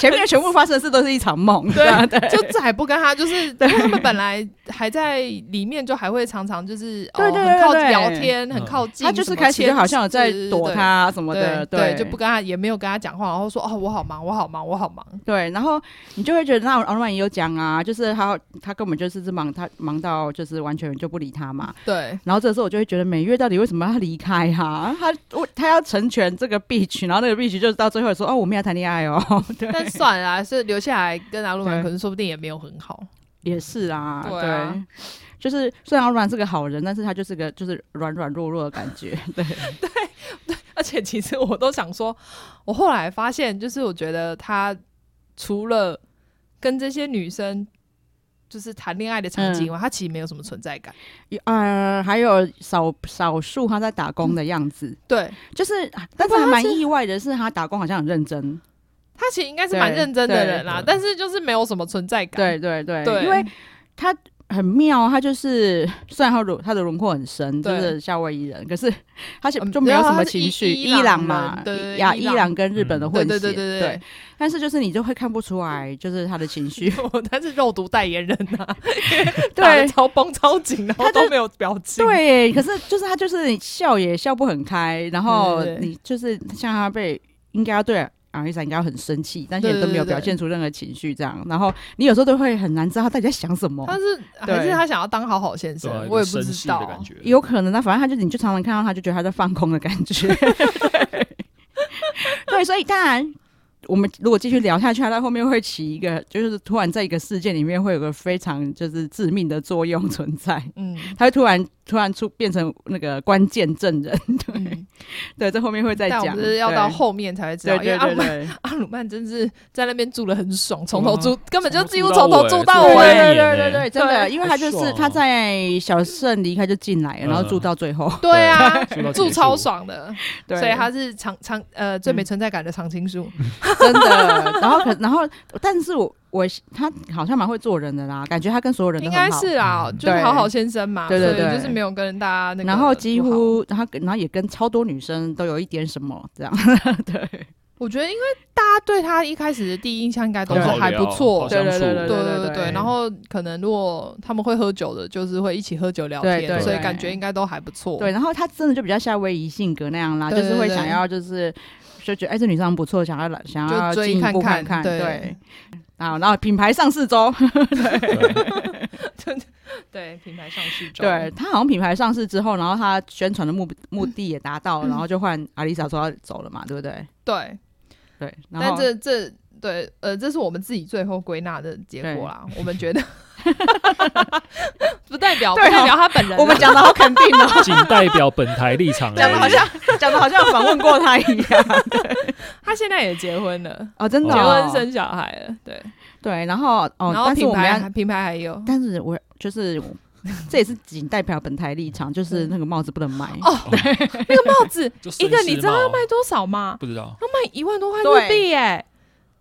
[SPEAKER 1] 前面的全部发生的事都是一场梦。
[SPEAKER 2] 对
[SPEAKER 1] 啊对
[SPEAKER 2] 就再也不跟他就是， 因为他们本来还在里面，就还会常常就是
[SPEAKER 1] 对
[SPEAKER 2] 哦
[SPEAKER 1] 对
[SPEAKER 2] 很靠
[SPEAKER 1] 对对嗯
[SPEAKER 2] 聊天，很靠近，
[SPEAKER 1] 他就
[SPEAKER 2] 什
[SPEAKER 1] 是
[SPEAKER 2] 么
[SPEAKER 1] 开始就好像有在
[SPEAKER 2] 牵制
[SPEAKER 1] 躲
[SPEAKER 2] 对
[SPEAKER 1] 他啊什么的
[SPEAKER 2] 对，
[SPEAKER 1] 对，
[SPEAKER 2] 就不跟他也没有跟他讲话，然后说哦我好忙，我好忙，我好忙，
[SPEAKER 1] 对，然后你就会觉得那奥特曼也有讲啊，就是他他根本就是忙他忙到就是完全就不理他嘛。
[SPEAKER 2] 对。
[SPEAKER 1] 然后这时候我就会觉得美月到底为什么要离开哈、他 我他要成全这个 bitch，然后那个 bitch 就是到最后说哦我们要谈恋爱哦， 对，
[SPEAKER 2] 但算了啊，是留下来跟阿鲁曼，
[SPEAKER 1] 对
[SPEAKER 2] 可能说不定也没有很好。
[SPEAKER 1] 也是啊，
[SPEAKER 2] 对啊
[SPEAKER 1] 就是虽然奥特曼是个好人，但是他就是个就是软软弱弱的感觉， 对
[SPEAKER 2] 而且其实我都想说，我后来发现，就是我觉得他除了跟这些女生就是谈恋爱的场
[SPEAKER 1] 嗯
[SPEAKER 2] 景以外，他其实没有什么存在感。
[SPEAKER 1] 呃，还有少少数他在打工的样子，
[SPEAKER 2] 对
[SPEAKER 1] 嗯就是啊但是还蛮意外的是他打工好像很认真，
[SPEAKER 2] 他其实应该是蛮
[SPEAKER 1] 对
[SPEAKER 2] 认真的人啦、
[SPEAKER 3] 对
[SPEAKER 2] 但是就是没有什么存在感。
[SPEAKER 1] 对对对，
[SPEAKER 2] 对
[SPEAKER 1] 因为他很妙，他就是虽然他轮他的轮廓很深，就
[SPEAKER 2] 对
[SPEAKER 1] 是夏威夷人，可是他就
[SPEAKER 2] 嗯
[SPEAKER 1] 就没有
[SPEAKER 2] 对啊
[SPEAKER 1] 什么
[SPEAKER 2] 他是
[SPEAKER 1] 情
[SPEAKER 2] 伊
[SPEAKER 1] 绪，
[SPEAKER 2] 伊
[SPEAKER 1] 伊
[SPEAKER 2] 朗
[SPEAKER 1] 朗
[SPEAKER 2] 人
[SPEAKER 1] 嘛
[SPEAKER 2] 对对，
[SPEAKER 1] 亚
[SPEAKER 2] 伊
[SPEAKER 1] 伊
[SPEAKER 2] 朗
[SPEAKER 1] 朗跟日本的
[SPEAKER 3] 嗯
[SPEAKER 1] 混血，
[SPEAKER 2] 对对对对对
[SPEAKER 1] 但是就是你就会看不出来，就是他的情绪，
[SPEAKER 2] 他是肉毒代言人呐、啊，打得
[SPEAKER 1] 对。
[SPEAKER 2] 超绷超紧，然后
[SPEAKER 1] 他就
[SPEAKER 2] 都没有表情。
[SPEAKER 1] 对，可是就是他，就是你笑也笑不很开，然后
[SPEAKER 2] 对对对
[SPEAKER 1] 你就是像他被应该要对阿丽莎应该要很生气，但是
[SPEAKER 2] 对
[SPEAKER 1] 也都没有
[SPEAKER 2] 对对
[SPEAKER 1] 表
[SPEAKER 2] 对
[SPEAKER 1] 现出任何情绪，这样，然后你有时候都会很难知道他到底在想什么。
[SPEAKER 2] 他是还是他想要当好好先生
[SPEAKER 3] 对啊，，
[SPEAKER 2] 我也
[SPEAKER 3] 一
[SPEAKER 2] 不
[SPEAKER 3] 个绅
[SPEAKER 2] 知
[SPEAKER 3] 士
[SPEAKER 2] 道
[SPEAKER 3] 的。感觉，
[SPEAKER 1] 有可能啊，反正他就你就常常看到他，就觉得他在放空的感觉。 对，所以当然，我们如果继续聊下去，他到后面会起一个，就是突然在一个事件里面会有个非常就是致命的作用存在，
[SPEAKER 2] 嗯
[SPEAKER 1] 他会突然突然出变成那个关键证 人。
[SPEAKER 2] 嗯，
[SPEAKER 1] 对，这后面会再
[SPEAKER 2] 但我
[SPEAKER 1] 讲，
[SPEAKER 2] 们是要到
[SPEAKER 1] 对
[SPEAKER 2] 后面才会知道，
[SPEAKER 1] 对
[SPEAKER 2] 因
[SPEAKER 1] 对
[SPEAKER 2] 为阿鲁
[SPEAKER 1] 对
[SPEAKER 2] 曼
[SPEAKER 1] 对，
[SPEAKER 2] 阿鲁曼真是在那边住的很爽，从头
[SPEAKER 3] 啊
[SPEAKER 2] 住根本就几乎
[SPEAKER 3] 从
[SPEAKER 2] 从
[SPEAKER 3] 头
[SPEAKER 2] 头
[SPEAKER 3] 住
[SPEAKER 2] 住
[SPEAKER 3] 到
[SPEAKER 2] 到尾。
[SPEAKER 3] 尾
[SPEAKER 1] 哦对对
[SPEAKER 3] 对对
[SPEAKER 1] 对
[SPEAKER 3] 对
[SPEAKER 1] 对，
[SPEAKER 3] 对
[SPEAKER 1] 真的，
[SPEAKER 2] 哦对
[SPEAKER 1] 因为他就
[SPEAKER 3] 好
[SPEAKER 1] 是
[SPEAKER 3] 爽哦
[SPEAKER 1] 他在小胜离开就进来了，然后住
[SPEAKER 3] 嗯
[SPEAKER 1] 到最后，
[SPEAKER 2] 对啊，
[SPEAKER 3] 住到结
[SPEAKER 2] 住
[SPEAKER 3] 束
[SPEAKER 2] 超爽的，
[SPEAKER 1] 对，嗯
[SPEAKER 2] 所以他是常常呃最没存在感的常青树。
[SPEAKER 1] 真的。然后可然后，但是我我他好像蛮会做人的啦，感觉他跟所有人都
[SPEAKER 2] 应
[SPEAKER 1] 很好
[SPEAKER 2] 该是啦，
[SPEAKER 3] 嗯
[SPEAKER 2] 就是
[SPEAKER 1] 对
[SPEAKER 2] 好好先生嘛，
[SPEAKER 1] 对对对
[SPEAKER 2] 所以就是没有跟大家那个。
[SPEAKER 1] 然后几，乎，然后然后也跟超多女生都有一点什么 这样，对
[SPEAKER 2] 我觉得因为大家对他一开始的第一印象应该都是
[SPEAKER 3] 很好
[SPEAKER 2] 还不
[SPEAKER 3] 聊
[SPEAKER 2] 错
[SPEAKER 3] 好。相
[SPEAKER 1] 对对
[SPEAKER 3] 处
[SPEAKER 1] 对对
[SPEAKER 2] 对
[SPEAKER 1] 对
[SPEAKER 2] 对，然后可能如果他们会喝酒的，就是会一起喝酒聊
[SPEAKER 1] 对
[SPEAKER 2] 天，
[SPEAKER 1] 对
[SPEAKER 2] 所以
[SPEAKER 1] 对
[SPEAKER 2] 感觉应该都还不错。
[SPEAKER 1] 对，然后他真的就比较夏威夷性格那样啦，
[SPEAKER 2] 哦对
[SPEAKER 1] 就是会
[SPEAKER 2] 对对
[SPEAKER 1] 想要就是就觉得哎这女生不错，想要来想要
[SPEAKER 2] 就追
[SPEAKER 1] 进一步
[SPEAKER 2] 看
[SPEAKER 1] 看
[SPEAKER 2] 看对
[SPEAKER 1] 对。啊，然后品牌上市 周，
[SPEAKER 3] 对
[SPEAKER 2] 对，品牌上市中。
[SPEAKER 1] 对他好像品牌上市之后，然后他宣传的目目的也达到了，然后就换阿丽莎说要走了嘛，对不对？
[SPEAKER 2] 对，
[SPEAKER 1] 对，然
[SPEAKER 2] 但
[SPEAKER 1] 后
[SPEAKER 2] 这这对呃，这是我们自己最后归纳的结果啦。我们觉得不代表不
[SPEAKER 1] 对哦
[SPEAKER 2] 代表他本人啊。
[SPEAKER 1] 我们讲的好肯定哦，
[SPEAKER 3] 仅代表本台立场而已。
[SPEAKER 1] 讲的好像讲的好像访问过他一 样。
[SPEAKER 2] 他现在也结婚了，
[SPEAKER 1] 哦，真的
[SPEAKER 2] 结
[SPEAKER 1] 哦、
[SPEAKER 2] 婚生小孩了，对。
[SPEAKER 1] 对，然后哦，
[SPEAKER 2] 然后
[SPEAKER 1] 但是
[SPEAKER 2] 品
[SPEAKER 1] 我们
[SPEAKER 2] 牌
[SPEAKER 1] 要
[SPEAKER 2] 还品牌还有
[SPEAKER 1] 但是我就是 我这也是仅代表本台立场，就是那个帽子不能卖。
[SPEAKER 2] 嗯哦那个帽子
[SPEAKER 3] 就绅
[SPEAKER 2] 一个，你
[SPEAKER 3] 士
[SPEAKER 2] 知道要
[SPEAKER 3] 帽
[SPEAKER 2] 卖多少吗？
[SPEAKER 3] 不知道？
[SPEAKER 2] 要卖一万多块日币耶！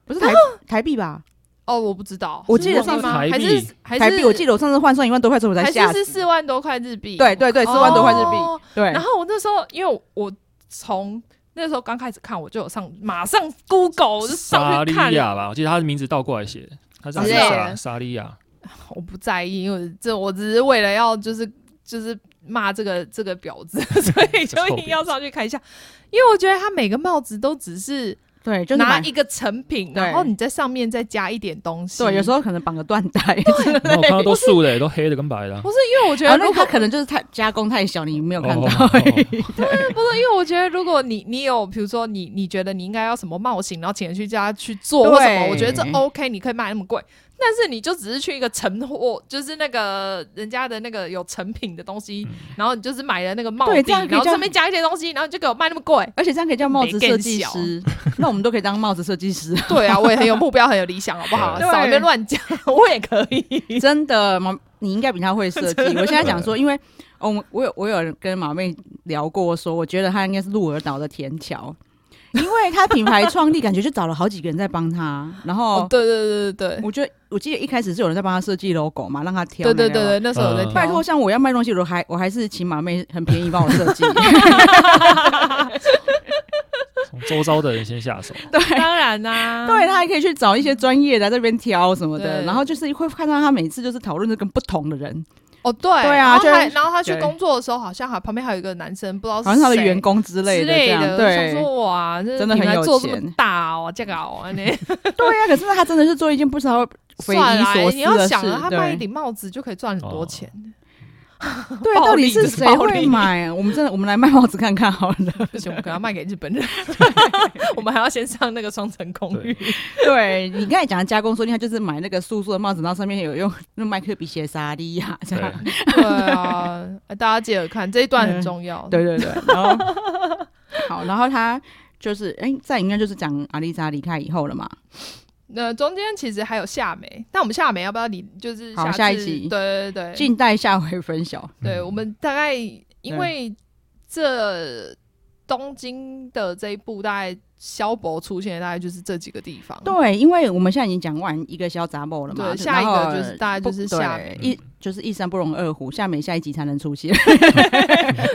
[SPEAKER 1] 不是台台币吧？
[SPEAKER 2] 哦，我不知道，
[SPEAKER 1] 我记得
[SPEAKER 2] 是
[SPEAKER 1] 上
[SPEAKER 2] 万
[SPEAKER 1] 次
[SPEAKER 2] 吗？还
[SPEAKER 3] 台
[SPEAKER 2] 是
[SPEAKER 3] 币
[SPEAKER 2] 还是
[SPEAKER 1] 台币，我记得我上次换算一万多块之后，我才
[SPEAKER 2] 还
[SPEAKER 1] 吓
[SPEAKER 2] 是
[SPEAKER 1] 死。
[SPEAKER 2] 是四万多块日币。
[SPEAKER 1] 对对对，
[SPEAKER 2] 哦，
[SPEAKER 1] 四万多块日币。
[SPEAKER 2] 币。
[SPEAKER 1] 对
[SPEAKER 2] 然，后我那时候，因为我从那时候刚开始看，我就有上马上 Google 我就
[SPEAKER 3] 莎
[SPEAKER 2] 上
[SPEAKER 3] 莉
[SPEAKER 2] 去看
[SPEAKER 3] 亚吧，我记得他的名字倒过来写，他是
[SPEAKER 2] 之类
[SPEAKER 3] 莎
[SPEAKER 2] 的
[SPEAKER 3] 莎莉亚。
[SPEAKER 2] 我不在意，因为这我只是为了要就是就是骂这个这个婊子， 所以就一定要上去看一下，因为我觉得他每个帽子都只是
[SPEAKER 1] 对，就是
[SPEAKER 2] 拿
[SPEAKER 1] 买
[SPEAKER 2] 一个成品，
[SPEAKER 1] 对
[SPEAKER 2] 然后你在上面再加一点东西。
[SPEAKER 1] 对，有时
[SPEAKER 2] 候
[SPEAKER 1] 候可能绑个缎 带。
[SPEAKER 3] 然后我看到都素的，都黑的跟白的啊。
[SPEAKER 2] 不是因为我觉
[SPEAKER 1] 然
[SPEAKER 2] 得
[SPEAKER 1] 后那
[SPEAKER 2] 如果
[SPEAKER 1] 个它可能就是太加工太小，你没有看到。
[SPEAKER 3] 哦
[SPEAKER 2] 不是因为我觉得如果你你有比如说你你觉得你应该要什么帽型，然后请人去家去做
[SPEAKER 1] 对
[SPEAKER 2] 或什么，我觉得这 OK，你可以卖那么贵。但是你就只是去一个成货，就是那个人家的那个有成品的东西，然后你就是买了那个帽
[SPEAKER 1] 对
[SPEAKER 2] 子，
[SPEAKER 1] 这样可以
[SPEAKER 2] 然后
[SPEAKER 1] 这样
[SPEAKER 2] 顺便加一些东西，然后你就给我卖那么贵。
[SPEAKER 1] 而且这样可以叫帽子设计
[SPEAKER 2] 没
[SPEAKER 1] 师，那我们都可以当帽子设计师。
[SPEAKER 2] 对啊，我也很有目标，很有理想，好不好？
[SPEAKER 1] 对
[SPEAKER 2] 少在那边乱讲， 我也可以。
[SPEAKER 1] 真的，毛你应该比他会设计。我现在讲说，因为哦我们我有我有跟毛妹聊过说我觉得他应该是鹿儿岛的田桥，因为他品牌创立，感觉就找了好几个人在帮他。然后
[SPEAKER 2] 哦，对对对对对
[SPEAKER 1] 我觉得，我记得一开始是有人在帮他设计 logo 嘛，让他挑。
[SPEAKER 2] 对对对。对，那时候我在
[SPEAKER 3] 嗯
[SPEAKER 1] 拜托，
[SPEAKER 2] 挑
[SPEAKER 1] 像我要卖东西，我还我还是请马妹很便宜帮我设 计。
[SPEAKER 3] 哦从周遭的人先下手，
[SPEAKER 2] 当然啦，
[SPEAKER 1] 对他还可以去找一些专业的在这边挑什么的，
[SPEAKER 2] 对
[SPEAKER 1] 然后就是会看到他每次就是讨论着跟不同的人，
[SPEAKER 2] 哦，对，对
[SPEAKER 1] 啊
[SPEAKER 2] 然后
[SPEAKER 1] 就
[SPEAKER 2] 他
[SPEAKER 1] 是
[SPEAKER 2] 然后他去
[SPEAKER 1] 对
[SPEAKER 2] 工作的时候，好像还旁边还有一个男生，不知道
[SPEAKER 1] 好像是他的员
[SPEAKER 2] 工
[SPEAKER 1] 工之类
[SPEAKER 2] 哦类
[SPEAKER 1] 的这样。
[SPEAKER 2] 我想
[SPEAKER 1] 对，
[SPEAKER 2] 说哇，这
[SPEAKER 1] 真的很
[SPEAKER 2] 品牌
[SPEAKER 1] 有
[SPEAKER 2] 做这
[SPEAKER 1] 钱
[SPEAKER 2] 么大哦，这个哦，那
[SPEAKER 1] 对呀、可是他真的是做一件不知道 匪
[SPEAKER 2] 算
[SPEAKER 1] 夷
[SPEAKER 2] 了哎
[SPEAKER 1] 所，思
[SPEAKER 2] 你要
[SPEAKER 1] 的
[SPEAKER 2] 想啊
[SPEAKER 1] 事
[SPEAKER 2] 了，。他卖一
[SPEAKER 1] 对，
[SPEAKER 2] 顶帽子就可以赚很多钱，
[SPEAKER 1] 对，
[SPEAKER 2] 暴
[SPEAKER 1] 到底
[SPEAKER 2] 利
[SPEAKER 1] 是
[SPEAKER 2] 这是
[SPEAKER 1] 谁
[SPEAKER 2] 暴
[SPEAKER 1] 会
[SPEAKER 2] 利
[SPEAKER 1] 买 啊？我们真的，我们来卖帽子看看好了。
[SPEAKER 2] 不行，我们可能要卖给日本人，我们还要先上那个双层公寓，
[SPEAKER 1] 对你刚才讲的加工说，你看就是买那个素素的帽子，然后上面有用那麦克笔写沙莉亚这
[SPEAKER 3] 对，
[SPEAKER 1] 样。
[SPEAKER 2] 对啊，大家记得看这一段很
[SPEAKER 1] 嗯
[SPEAKER 2] 重要，
[SPEAKER 1] 对对对，然后 好，然后他就是哎，再应该就是讲阿丽莎离开以后了嘛。
[SPEAKER 2] 那中间其实还有夏梅，但我们夏梅要不要你就是
[SPEAKER 1] 好
[SPEAKER 2] 下
[SPEAKER 1] 下一
[SPEAKER 2] 次
[SPEAKER 1] 集
[SPEAKER 2] 对对对，
[SPEAKER 1] 近嗯代下回分晓，
[SPEAKER 2] 对
[SPEAKER 3] 嗯
[SPEAKER 2] 我们大概因为这东京的这一部大概萧伯出现，大概就是这几个地方。
[SPEAKER 1] 对，因为我们现在已经讲完一个小杂报了嘛，
[SPEAKER 2] 嗯对
[SPEAKER 1] 就
[SPEAKER 2] 下一个
[SPEAKER 1] 然后
[SPEAKER 2] 就是大概就是
[SPEAKER 1] 不
[SPEAKER 2] 下
[SPEAKER 1] 对
[SPEAKER 3] 面
[SPEAKER 1] 一就是一山不容二虎，下面下一集才能出现，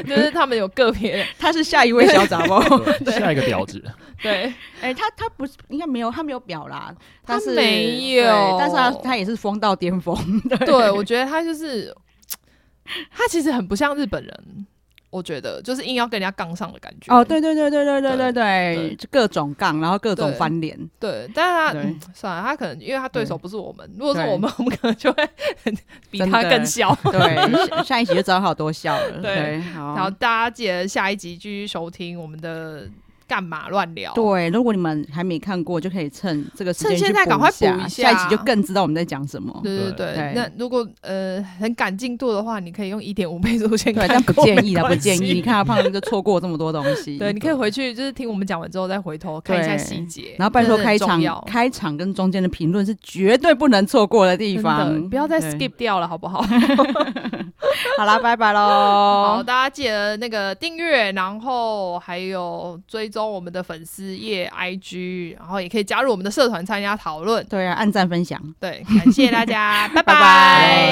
[SPEAKER 2] 就是他们有个别
[SPEAKER 1] 他是下一位小杂 报，
[SPEAKER 3] 对下一个婊子，
[SPEAKER 2] 对
[SPEAKER 1] 哎、他他不是应该没有，他没有表啦，
[SPEAKER 2] 他
[SPEAKER 1] 但是
[SPEAKER 2] 没
[SPEAKER 1] 对
[SPEAKER 2] 有
[SPEAKER 1] 但是他他也是疯到巅峰，对
[SPEAKER 2] 对，我觉得他就是他其实很不像日本人，我觉得就是硬要跟人家杠上的感觉。
[SPEAKER 1] 哦，对对对对对对对对，
[SPEAKER 2] 对
[SPEAKER 1] 就各种杠，然后各种
[SPEAKER 2] 对
[SPEAKER 1] 翻 脸，
[SPEAKER 2] 对，但是
[SPEAKER 1] 对
[SPEAKER 2] 他、嗯算了，他可能因为他对啊手不是我们，如果是
[SPEAKER 1] 对
[SPEAKER 2] 我们，我们可能就 会比
[SPEAKER 1] 真
[SPEAKER 2] 他
[SPEAKER 1] 的
[SPEAKER 2] 更小。
[SPEAKER 1] 对，下下一集就知道他有多笑了，
[SPEAKER 2] 对
[SPEAKER 1] 对，
[SPEAKER 2] 然后
[SPEAKER 1] 好。
[SPEAKER 2] 大家记得下一集继续收听我们的干嘛乱聊。
[SPEAKER 1] 对，如果你们还没看过，就可以趁这个时间
[SPEAKER 2] 趁现
[SPEAKER 1] 去
[SPEAKER 2] 在赶快补
[SPEAKER 1] 下，
[SPEAKER 2] 一
[SPEAKER 1] 下
[SPEAKER 2] 下
[SPEAKER 1] 一集就更知道我们在讲什么。
[SPEAKER 2] 对对
[SPEAKER 3] 对
[SPEAKER 2] 对
[SPEAKER 1] 对，
[SPEAKER 2] 那如果呃很赶进度的话，你可以用一点五倍速先
[SPEAKER 1] 对，
[SPEAKER 2] 看，
[SPEAKER 1] 但不建议啦，不
[SPEAKER 2] 没关系
[SPEAKER 1] 建议。你看他胖子就错过这么多东西。
[SPEAKER 2] 对，你可以回去就是听我们讲完之后再回头看一下细节，
[SPEAKER 1] 然后拜托
[SPEAKER 2] 真的很
[SPEAKER 1] 开
[SPEAKER 2] 重
[SPEAKER 1] 场
[SPEAKER 2] 要，
[SPEAKER 1] 开场跟中间的评论是绝对不能错过的地
[SPEAKER 2] 真的
[SPEAKER 1] 方。
[SPEAKER 2] 不要再
[SPEAKER 1] 对
[SPEAKER 2] skip 掉了，好不好？
[SPEAKER 1] 好啦，拜拜
[SPEAKER 2] 好，
[SPEAKER 1] 喽。
[SPEAKER 2] 大家记得那个订阅，然后还有追踪我们的粉丝页 IG，然后也可以加入我们的社团参加讨论。
[SPEAKER 1] 对啊，按赞分享。
[SPEAKER 2] 对，感谢大家，拜
[SPEAKER 1] 拜拜